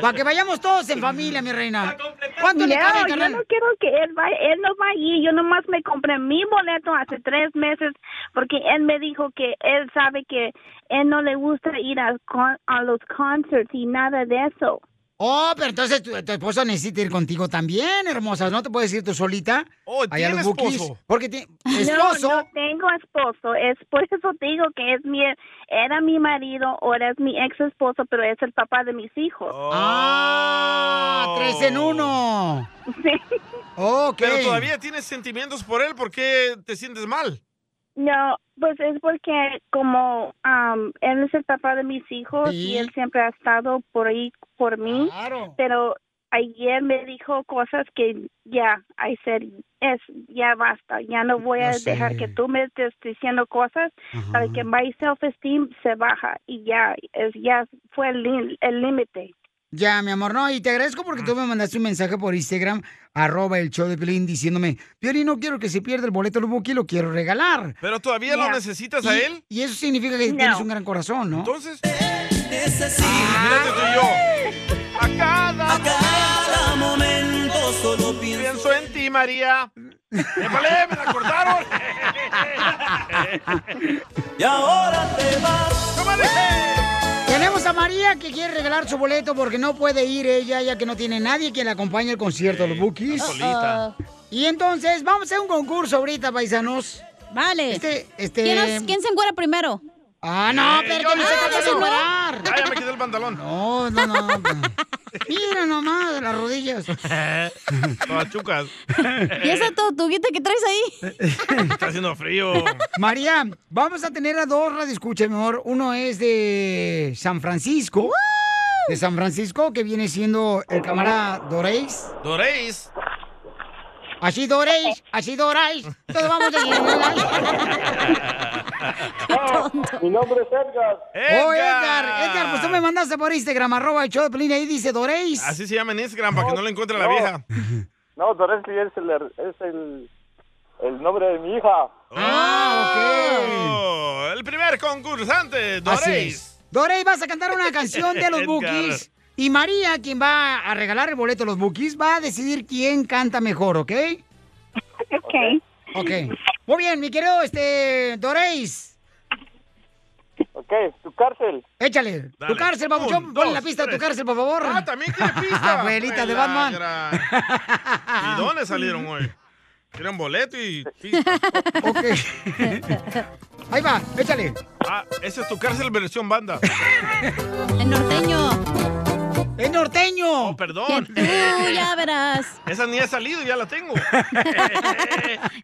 Para que vayamos todos en familia, mi reina. ¿Cuánto le
No,
cabe,
yo
carnal?
no quiero que él vaya, él no va a ir. Yo nomás me compré mi boleto hace tres meses porque él me dijo que él sabe que él no le gusta ir a, con- a los concerts y nada de eso.
Oh, pero entonces tu, tu esposo necesita ir contigo también, hermosa. No te puedes ir tú solita.
Oh,
allá a
¿tiene
los Bukis.
esposo?
Porque ti-
No,
esposo.
no tengo esposo. Es por eso te digo que es mi, era mi marido, ahora es mi ex esposo, pero es el papá de mis hijos.
Ah, tres en uno. Ok.
Pero todavía tienes sentimientos por él, ¿por qué te sientes mal?
No, pues es porque como am, él es el papá de mis hijos
Sí.
y él siempre ha estado por ahí por mí, pero ayer me dijo cosas que ya, I said, es, ya basta, ya no voy a
Yo sé.
dejar que tú me estés diciendo cosas para que my self-esteem se baja y ya, es, ya fue el lí- el límite.
Ya, mi amor, no, y te agradezco porque tú me mandaste un mensaje por Instagram, arroba el show de Piolín, diciéndome, Piolín, no quiero que se pierda el boleto de Buki, lo quiero regalar.
¿Pero todavía lo necesitas a
Y-
él?
Y eso significa que
No.
tienes un gran corazón, ¿no?
Entonces. Imagínate tú y yo. A cada, momento solo pienso, en ti, María. ¡Épale, me la cortaron!
Y ahora te vas.
Tenemos a María que quiere regalar su boleto porque no puede ir ella, ya que no tiene nadie que le acompañe al concierto de los Bookies.
está solita.
Y entonces, vamos a hacer un concurso ahorita, paisanos.
Vale.
Este, este...
¿Quién, nos- quién se encuentra primero?
Ah,
Eh,
no, espérate,
yo
no
no.
se
Ah,
trata de
¿eso no?
encuadrar.
Ay, ya me quité el pantalón.
No, no, no. Mira nomás, de las rodillas.
Pachucas.
¿Y esa tortuguita que traes ahí?
Está haciendo frío.
Oh. María, vamos a tener a dos radioescuchas, mi amor. Uno es de San Francisco. De San Francisco, que viene siendo el camarada Doreis.
Doréis.
Así Doreis, así Dorais. Todos vamos a
[laughs] Ah, Mi nombre es Edgar.
Oh, Edgar, Edgar, pues tú me mandaste por Instagram, arroba el show de Pelín, ahí dice Doreis.
Así se llama en Instagram para que no lo encuentre la vieja.
[laughs] No, Doresli es, el, es el, el nombre de mi hija.
Ah, ok. El primer concursante,
Así
Doréis.
es. Doreis, vas a cantar
[laughs]
una canción de los
Edgar.
Bookies. Y María, quien va a regalar el boleto a los Bookies, va a decidir quién canta mejor, ¿ok?
Ok.
Ok. Muy bien, mi querido este, Doreis.
Ok, tu cárcel.
Échale.
Dale.
Tu cárcel,
Un,
babuchón. Ponle
dos,
la pista de
tres.
tu cárcel, por favor.
Ah,
también
[laughs]
quiere
pista. Abuelita de Batman.
¿Y dónde salieron hoy? Tiran boleto y...
Ok.
[laughs]
Ahí va, échale.
Ah, esa es tu cárcel versión banda.
[laughs] El norteño.
¡Es norteño!
Oh, perdón.
[laughs] Tú ya verás.
Esa ni ha salido, ya la tengo.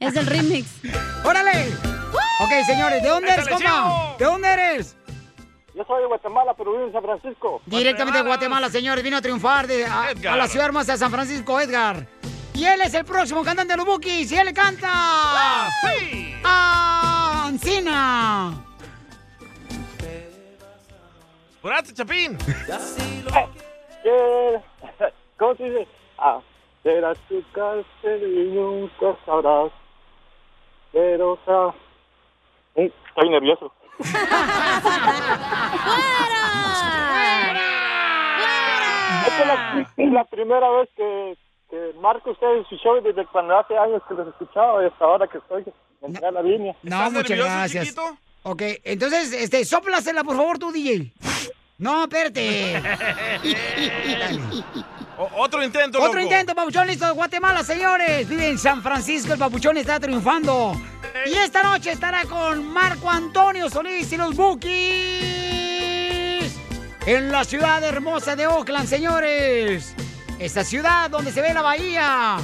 Es el remix.
[laughs] ¡Órale! Ok, señores, ¿de dónde eres,
Échale,
compa? ¿De dónde eres?
Yo soy de Guatemala, pero vivo en San Francisco.
Directamente de Guatemala, señores. Vino a triunfar de, a,
Edgar.
a la ciudad hermosa de San Francisco, Edgar. Y él es el próximo cantante de los Bookies. Y él le canta.
¡Sí!
¡Ancina!
¡Curate, Chapín!
Que- Ah, [laughs] ¿Cómo se dice? Ah, será tu cárcel y nunca sabrás. Pero, sa- Mm, Estoy nervioso. Esta es la, es la primera vez
[laughs]
que, [laughs] que marco ustedes su show desde cuando hace años que los escuchaba y hasta ahora que estoy en la línea.
No, muchas gracias. Ok, entonces, este, sóplasela, por favor, tú, DJ. No,
[laughs]
espérate. Dale.
O- otro intento,
Otro
loco.
intento, Papuchón listo de Guatemala, señores. Vive en San Francisco, el Papuchón está triunfando. Y esta noche estará con Marco Antonio Solís y los Bookies. En la ciudad hermosa de Oakland, señores. Esta ciudad donde se ve la bahía.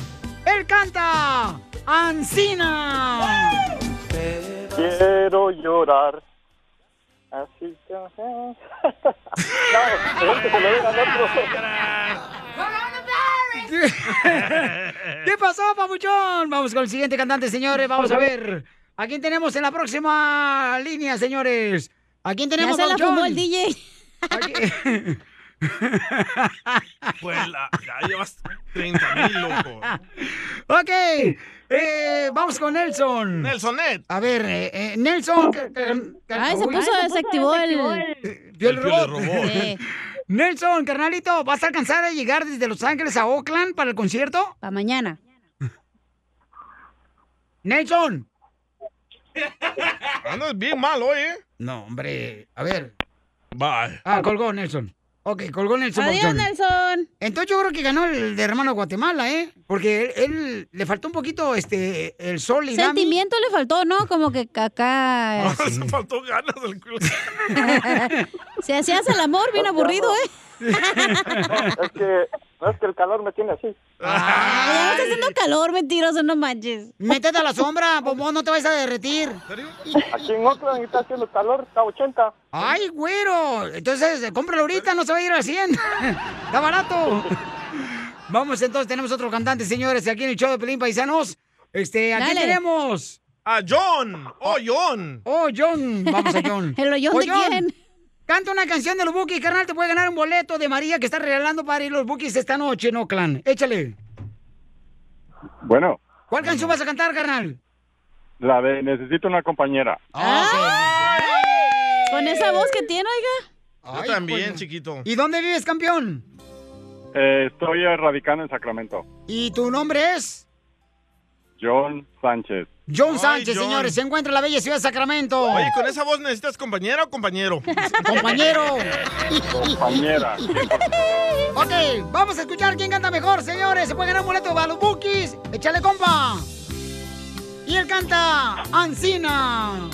Él canta Ancina.
Quiero llorar. Así que... [laughs] no, este se lo diga al
¿Qué [laughs] pasó, Papuchón? Vamos con el siguiente cantante, señores. Vamos a ver. ¿A quién tenemos en la próxima línea, señores? ¿A quién tenemos,
Ya se la
Papuchón?
fumó el DJ.
Pues la, ya llevas 30 mil, loco.
Ok, eh, vamos con Nelson.
Nelson, Ned.
A ver, eh, eh, Nelson. que- que- que-
Ay, se puso, desactivó el...
Eh, vio el
el
robot.
robot. Sí.
[laughs] Nelson, carnalito, ¿vas a alcanzar a llegar desde Los Ángeles a Oakland para el concierto?
Para mañana.
Nelson.
[laughs] Andas bien mal hoy, ¿eh?
No, hombre, a ver.
Bye.
Ah, colgó Nelson. Ok, colgó Nelson.
Adiós,
Papuchón.
Nelson.
Entonces yo creo que ganó el de hermano Guatemala, ¿eh? Porque él, él- le faltó un poquito este el sol y Dami. Oh,
Sentimiento le faltó, ¿no? Como que acá...
[laughs]
[laughs]
Se faltó ganas del
[laughs]
culo.
Se hacías el amor
Oh,
bien aburrido, ¿eh?
otro. [laughs] Es que, no, es que el calor me tiene así.
Ay, ya está haciendo calor, mentiroso, no manches.
Métete a la sombra, bombón, no te vas a derretir.
Aquí en Oakland está haciendo calor, está 80.
¡Ay, güero! Entonces, cómpralo ahorita, no se va a ir a 100. [laughs] Está barato. Vamos, entonces, tenemos otro cantante, señores, aquí en el show de Pelín Paisanos. Este, aquí
Dale.
tenemos.
A John. Oh, John.
Oh, John. Vamos a John.
[laughs] ¿El hoyón de quién?
Canta una canción de los Bookies, carnal. Te puede ganar un boleto de María que está regalando para ir los Bookies esta noche en Oakland. Échale.
Bueno,
¿Cuál canción vas a cantar, carnal?
la de necesito una compañera.
Con esa voz que tiene, oiga.
Yo también, chiquito.
¿Y dónde vives, campeón?
Eh, estoy radicando en Sacramento.
¿Y tu nombre es?
John Sánchez.
John
Ay,
Sánchez,
John.
señores. Se encuentra en la bella ciudad de Sacramento.
Oye, ¿con esa voz necesitas compañera o compañero?
Compañero.
Compañera.
Ok, vamos a escuchar quién canta mejor, señores. Se puede ganar un boleto para los Bookies. Échale, compa. Y él canta
[laughs]
Ancina.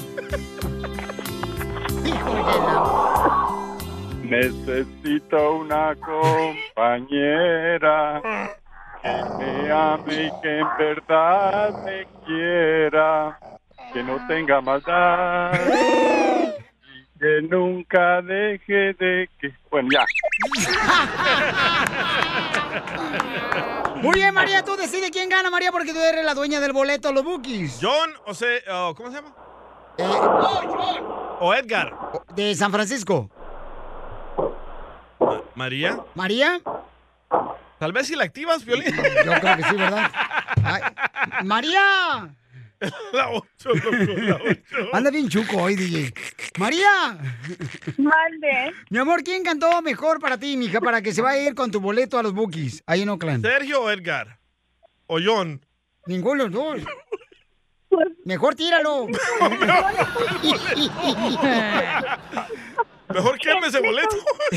Hijo de la-
Necesito una compañera que me ame y que en verdad me quiera, que no tenga maldad
[laughs]
y que nunca deje de que... Bueno, ya.
Muy bien, María, tú decides quién gana, María, porque tú eres la dueña del boleto, los bookies.
John, o sea, oh, ¿cómo se llama? O Edgar.
De San Francisco.
María.
¿María?
Tal vez si la activas, Violín.
Yo creo que sí, ¿verdad? Ay, ¡María!
La ocho, loco, la ocho.
Anda bien chuco hoy, DJ. ¡María!
Mande.
Mi amor, ¿quién cantó mejor para ti, mija, para que se vaya a ir con tu boleto a los bookies ahí en Oakland?
¿Sergio o Edgar? ¿O John?
Ninguno de los
[laughs]
dos. Mejor tíralo. [laughs]
Mejor quédame ese boleto.
[laughs]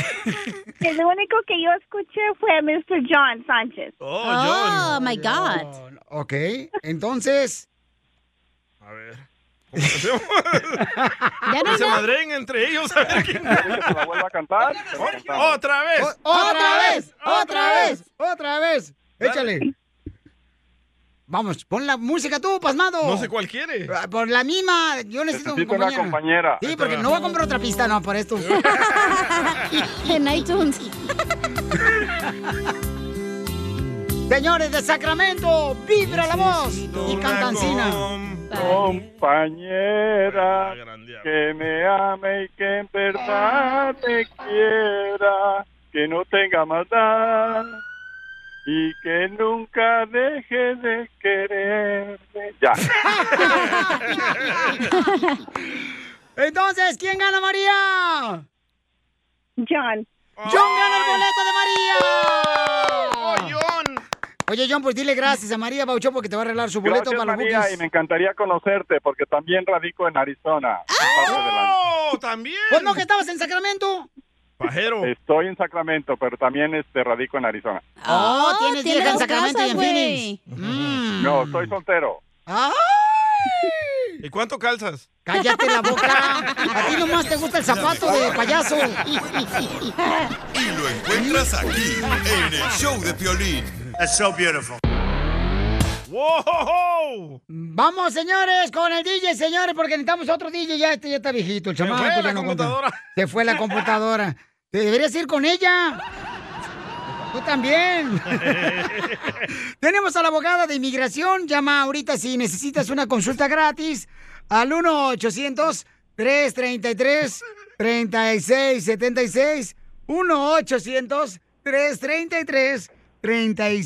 El único que yo escuché fue Mr. John Sánchez.
Oh,
Oh, my God.
Ok, entonces.
A ver. ¿Cómo
[laughs]
hacemos?
Ya no
que se
hay-
madreen entre ellos a ver quién la
vuelva a cantar.
¡Otra vez!
¡Otra vez! ¡Otra vez! ¡Échale! Vamos, pon la música tú, pasmado.
No sé cuál quiere.
Ah, Por la misma, yo necesito,
Necesito una compañera.
Sí, porque no voy a comprar otra pista, no, por esto.
en iTunes.
Señores de Sacramento, vibra la voz y cantancina.
compañera que me ame y que en verdad te quiera, que no tenga maldad y que nunca deje de quererme. Ya.
Entonces, ¿quién gana, María?
John.
John gana el boleto de María.
¡Oh, John!
Oye, John, pues dile gracias a María Baucho porque te va a arreglar su boleto
Gracias,
para los
María, y me
bookies.
encantaría conocerte porque también radico en Arizona.
¡Ah!
Parte del año.
¡Oh, también!
Pues no, que estabas en Sacramento.
Estoy en Sacramento, pero también este, radico en Arizona.
Oh, tienes
tiene
vieja en
dos
Sacramento
casas,
y en
güey.
Phoenix.
No, soy soltero.
¡Ay!
¿Y cuánto calzas?
¡Cállate la
[laughs]
boca! A ti nomás te gusta el zapato de payaso.
Y lo encuentras aquí, en el show de Piolín. That's so beautiful.
¡Wow!
Vamos, señores, con el DJ, señores, porque necesitamos otro DJ. Ya este ya está viejito, el
Se fue
chamaco.
la
ya no cuenta.
computadora.
Se fue la computadora. Te deberías ir con ella. Tú
[laughs]
también. Tenemos a la abogada de inmigración. Llama ahorita si necesitas una consulta gratis al 1-800-333-3676.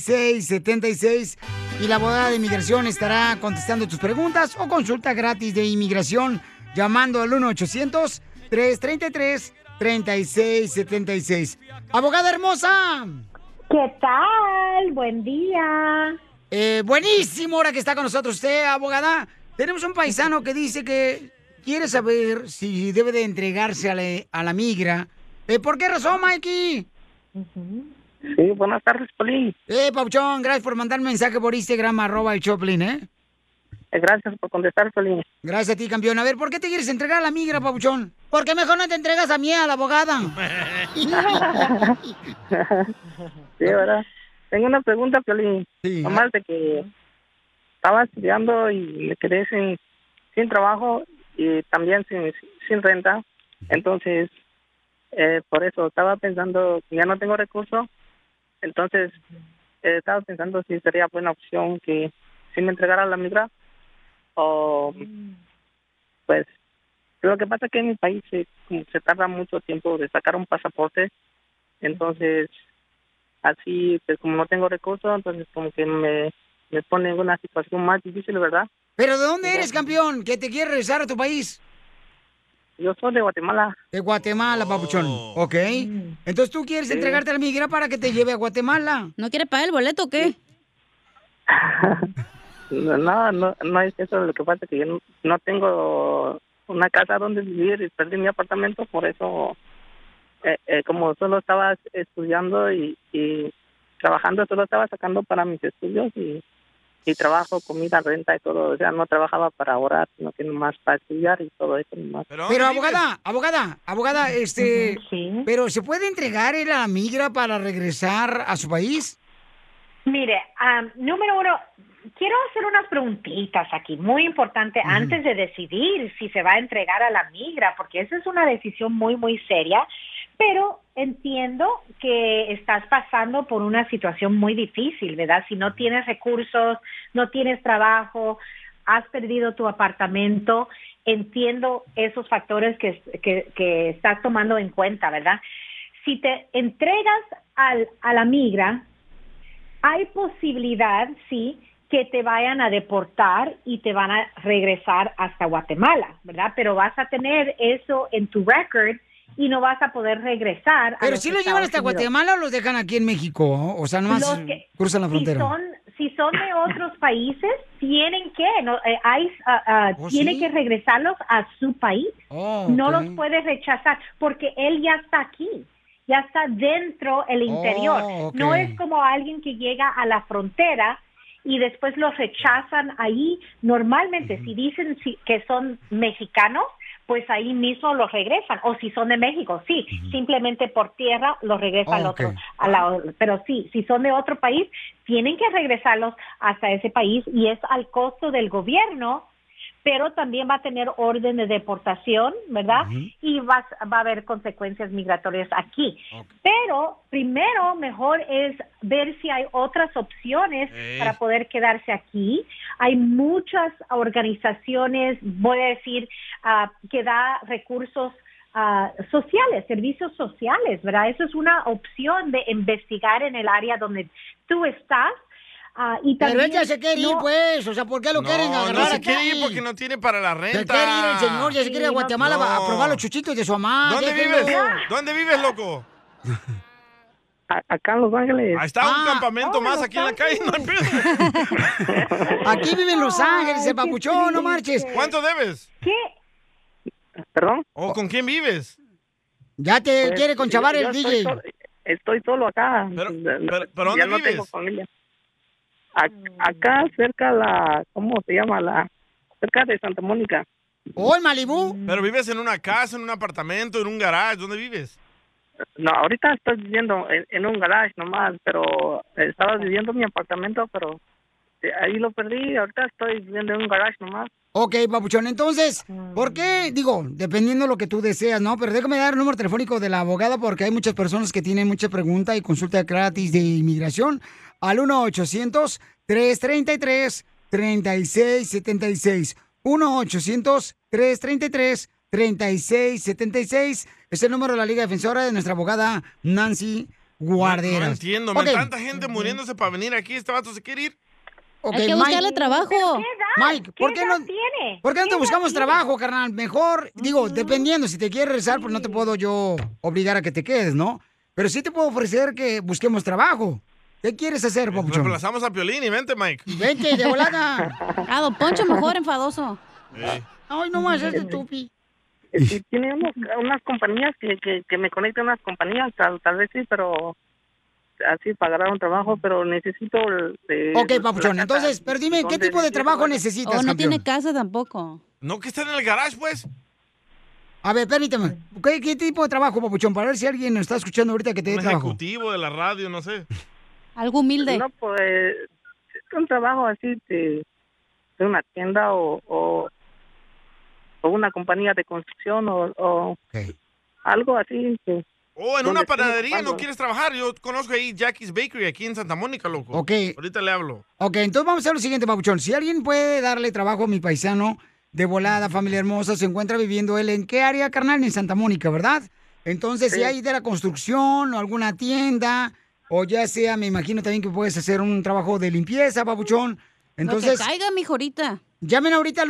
1-800-333-3676. Y la abogada de inmigración estará contestando tus preguntas o consulta gratis de inmigración llamando al 1-800-333-3676. Abogada hermosa.
¿Qué tal? Buen día.
Eh, buenísimo, ahora que está con nosotros usted, abogada. Tenemos un paisano que dice que quiere saber si debe de entregarse a la, a la migra. Eh, ¿Por qué razón, Mikey?
Sí, buenas tardes, Polín.
Eh, Pauchón, gracias por mandar mensaje por Instagram, arroba el Choplin, ¿eh?
Gracias por contestar, Polín.
Gracias a ti, campeón. A ver, ¿por qué te quieres entregar a la migra, Pauchón? ¿Por qué mejor no te entregas a mí, a la abogada?
[laughs] Sí, ¿verdad? Tengo una pregunta, Polín. Nomás de que estaba estudiando y me quedé sin, sin trabajo y también sin, sin renta. Entonces, eh, por eso estaba pensando, ya no tengo recursos. Entonces, eh, estaba pensando si sería buena opción que si me entregara la migra o pues lo que pasa es que en mi país se, como se tarda mucho tiempo de sacar un pasaporte, entonces así pues como no tengo recursos, entonces como que me, me pone en una situación más difícil, ¿verdad?
¿Pero de dónde eres, campeón? ¿Que te quieres regresar a tu país?
Yo soy de Guatemala.
De
Oh.
Guatemala, papuchón. Ok.
Mm.
Entonces tú quieres
Sí.
entregarte a la migra para que te lleve a Guatemala.
¿No quiere pagar el boleto o qué?
No, no, no, no es eso, lo que pasa es que yo no, no tengo una casa donde vivir y perdí mi apartamento, por eso eh, eh, como solo estaba estudiando y, y trabajando, solo estaba sacando para mis estudios y y trabajo, comida, renta y todo. O sea, no trabajaba para ahorrar, sino que nomás para estudiar y todo eso nomás.
Pero abogada, abogada, abogada, este, pero ¿se puede entregar él a la migra para regresar a su país?
Mire, am, número uno, quiero hacer unas preguntitas aquí, muy importante, antes de decidir si se va a entregar a la migra, porque esa es una decisión muy, muy seria, pero entiendo que estás pasando por una situación muy difícil, ¿verdad? Si no tienes recursos, no tienes trabajo, has perdido tu apartamento, entiendo esos factores que, que, que estás tomando en cuenta, ¿verdad? Si te entregas al, a la migra, hay posibilidad, sí, que te vayan a deportar y te van a regresar hasta Guatemala, ¿verdad? Pero vas a tener eso en tu record y no vas a poder regresar. a
Pero si lo llevan
Estados
hasta
Unidos.
Guatemala o los dejan aquí en México, ¿o? o sea, nomás
Los que-
cruzan la frontera.
Si son, si son de otros países, tienen que, no, eh, hay, ah, ah,
Oh,
tiene
¿sí?
que regresarlos a su país.
Oh,
No
ok.
los puede rechazar porque él ya está aquí, ya está dentro el interior.
Oh, ok.
No es como alguien que llega a la frontera y después los rechazan ahí. Normalmente, si dicen si- que son mexicanos, pues ahí mismo los regresan. O si son de México, sí. Simplemente por tierra los regresa al
Oh,
otro.
ok.
A la, o- pero sí, si son de otro país, tienen que regresarlos hasta ese país y es al costo del gobierno pero también va a tener orden de deportación, ¿verdad? Y vas- va a haber consecuencias migratorias aquí. Pero primero, mejor es ver si hay otras opciones
Eh.
para poder quedarse aquí. Hay muchas organizaciones, voy a decir, ah, que da recursos ah, sociales, servicios sociales, ¿verdad? Eso es una opción de investigar en el área donde tú estás. ah, y
Pero
también
él ya se quiere ir,
no-
pues. O sea, ¿por qué lo quieren
no
agarrar
se
aquí?
quiere ir porque
No tiene para la renta.
Se quiere ir el señor, ya se quiere ir a Guatemala va a Ah, probar los chuchitos de su mamá.
¿Dónde
déjenlo.
vives? ¿Dónde vives, loco?
Acá en Los Ángeles.
Ahí está
Ah,
un
oh,
campamento más aquí en la calle. No hay pedo.
[laughs] Aquí vive en Los Ángeles, el papuchón, no marches.
¿Cuánto debes?
¿Qué?
¿Perdón?
¿O con quién vives?
Ya te
Pues,
quiere conchavar
yo-
el
yo
DJ.
Estoy, solo- estoy solo acá.
pero- pero
ya
¿dónde
no tengo
vives?
familia. Ac- acá cerca la, ¿cómo se llama? la Cerca de Santa Mónica.
¿O en Malibú?
Pero vives en una casa, en un apartamento, en un garage. ¿Dónde vives?
No, ahorita estoy viviendo en, en un garage nomás, pero estaba viviendo en mi apartamento, pero eh, ahí lo perdí. Ahorita estoy viviendo en un garage nomás.
Ok, papuchón, entonces, ¿por qué?
Mm.
Digo, dependiendo lo que tú deseas, ¿no? Pero déjame dar el número telefónico de la abogada porque hay muchas personas que tienen muchas preguntas y consulta gratis de inmigración al 1-800-333-3676. 1-800-333-3676 es el número de la Liga Defensora de nuestra abogada Nancy Guarderas.
No entiendo.
Ok.
Me tanta gente muriéndose para venir aquí. Este vato se quiere ir.
Ok,
Hay que buscarle trabajo. ¿Pero qué edad?
Mike, ¿por
¿Qué
qué, no,
edad tiene?
¿por qué no
¿Qué
te
edad
buscamos
tiene?
trabajo, carnal? Mejor, digo, dependiendo, si te quieres regresar, pues no te puedo yo obligar a que te quedes, ¿no? Pero sí te puedo ofrecer que busquemos trabajo. ¿Qué quieres hacer, Papuchón?
Eh, pues, Reemplazamos a Piolín y vente, Mike.
Vente, de volada.
[laughs] Ah, don Poncho, mejor enfadoso.
Eh.
Ay, no más, este tupi.
Y tiene unos- unas compañías que, que, que me conectan a unas compañías, tal, tal vez sí, pero así para agarrar un trabajo, pero necesito... el- de-
Ok,
la
Papuchón,
casa.
entonces, pero dime, ¿qué
¿Dónde
tipo de
necesito
trabajo
trabajo?
necesitas,
O no
campeón?
tiene casa tampoco.
No, que está en el garage, pues.
A ver, permíteme. ¿Qué, qué tipo de trabajo, Papuchón? Para ver si alguien nos está escuchando ahorita que te dé
Un
trabajo.
ejecutivo de la radio, no sé.
Algo humilde.
No, pues un trabajo así de, de una tienda o, o, o una compañía de construcción o, o algo así. que-
O Oh, en
donde
una
estoy
panadería no
ocupando.
quieres trabajar. Yo conozco ahí Jackie's Bakery aquí en Santa Mónica, loco.
Ok.
Ahorita le hablo.
Ok, entonces vamos a hacer lo siguiente, Papuchón. Si alguien puede darle trabajo a mi paisano de volada, familia hermosa, se encuentra viviendo él en qué área, carnal, en Santa Mónica, ¿verdad? Entonces, si
Sí.
hay de la construcción o alguna tienda, o ya sea, me imagino también que puedes hacer un trabajo de limpieza, Papuchón. Entonces,
Lo que caiga, mijo, ahorita.
llamen ahorita al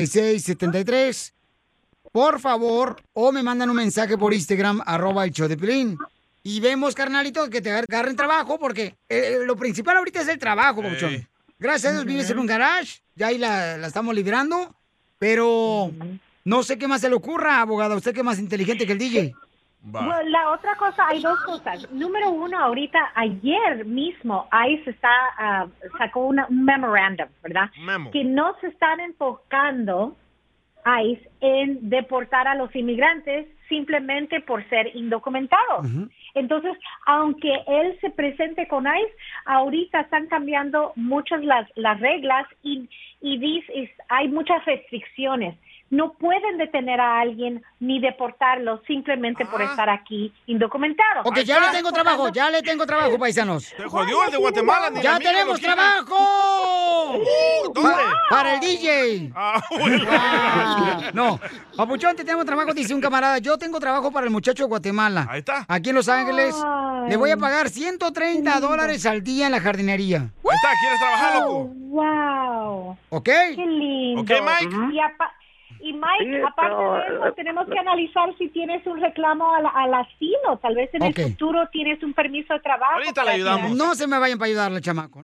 1855-570-5673. Por favor, o me mandan un mensaje por Instagram, arroba el show de Piolín. Y vemos, carnalito, que te agarren trabajo, porque eh, lo principal ahorita es el trabajo, Papuchón.
Ey.
Gracias a Dios vives en un garage, ya ahí la, la estamos liberando, pero no sé qué más se le ocurra, abogada, usted que es más inteligente que el DJ.
Bueno, Pues, la otra cosa, hay dos cosas. Número uno, ahorita, ayer mismo, ICE está, ah, sacó una, un memorandum, ¿verdad?
Memo.
Que no se están enfocando, ICE, en deportar a los inmigrantes simplemente por ser indocumentados. Entonces, aunque él se presente con ICE, ahorita están cambiando muchas las, las reglas y, y dice- y hay muchas restricciones. No pueden detener a alguien ni deportarlo simplemente
Ah.
por estar aquí indocumentado.
Ok, ya le tengo trabajo, ya le tengo trabajo, paisanos.
Te jodió el de Guatemala, ni la
¡Ya
amiga
tenemos
lo quiere.
trabajo!
¿dónde?
Pa- ¡Oh! Para el DJ. Ah, no, Papuchón, te tenemos trabajo, dice un camarada. Yo tengo trabajo para el muchacho de Guatemala. Ahí está. Aquí en Los Ángeles. Le voy a pagar 130 dólares al día en la jardinería.
Ahí está, ¿quieres trabajar, loco?
Oh, ¡Wow!
¿Ok?
¡Qué lindo!
Ok, Mike.
Y, apa- y Mike,
Sí,
aparte
pero,
de eso,
eh,
tenemos que analizar si tienes un reclamo al, al asilo. Tal vez en
Ok.
el futuro tienes un permiso de trabajo. para-
No se me vayan para ayudarle, chamaco.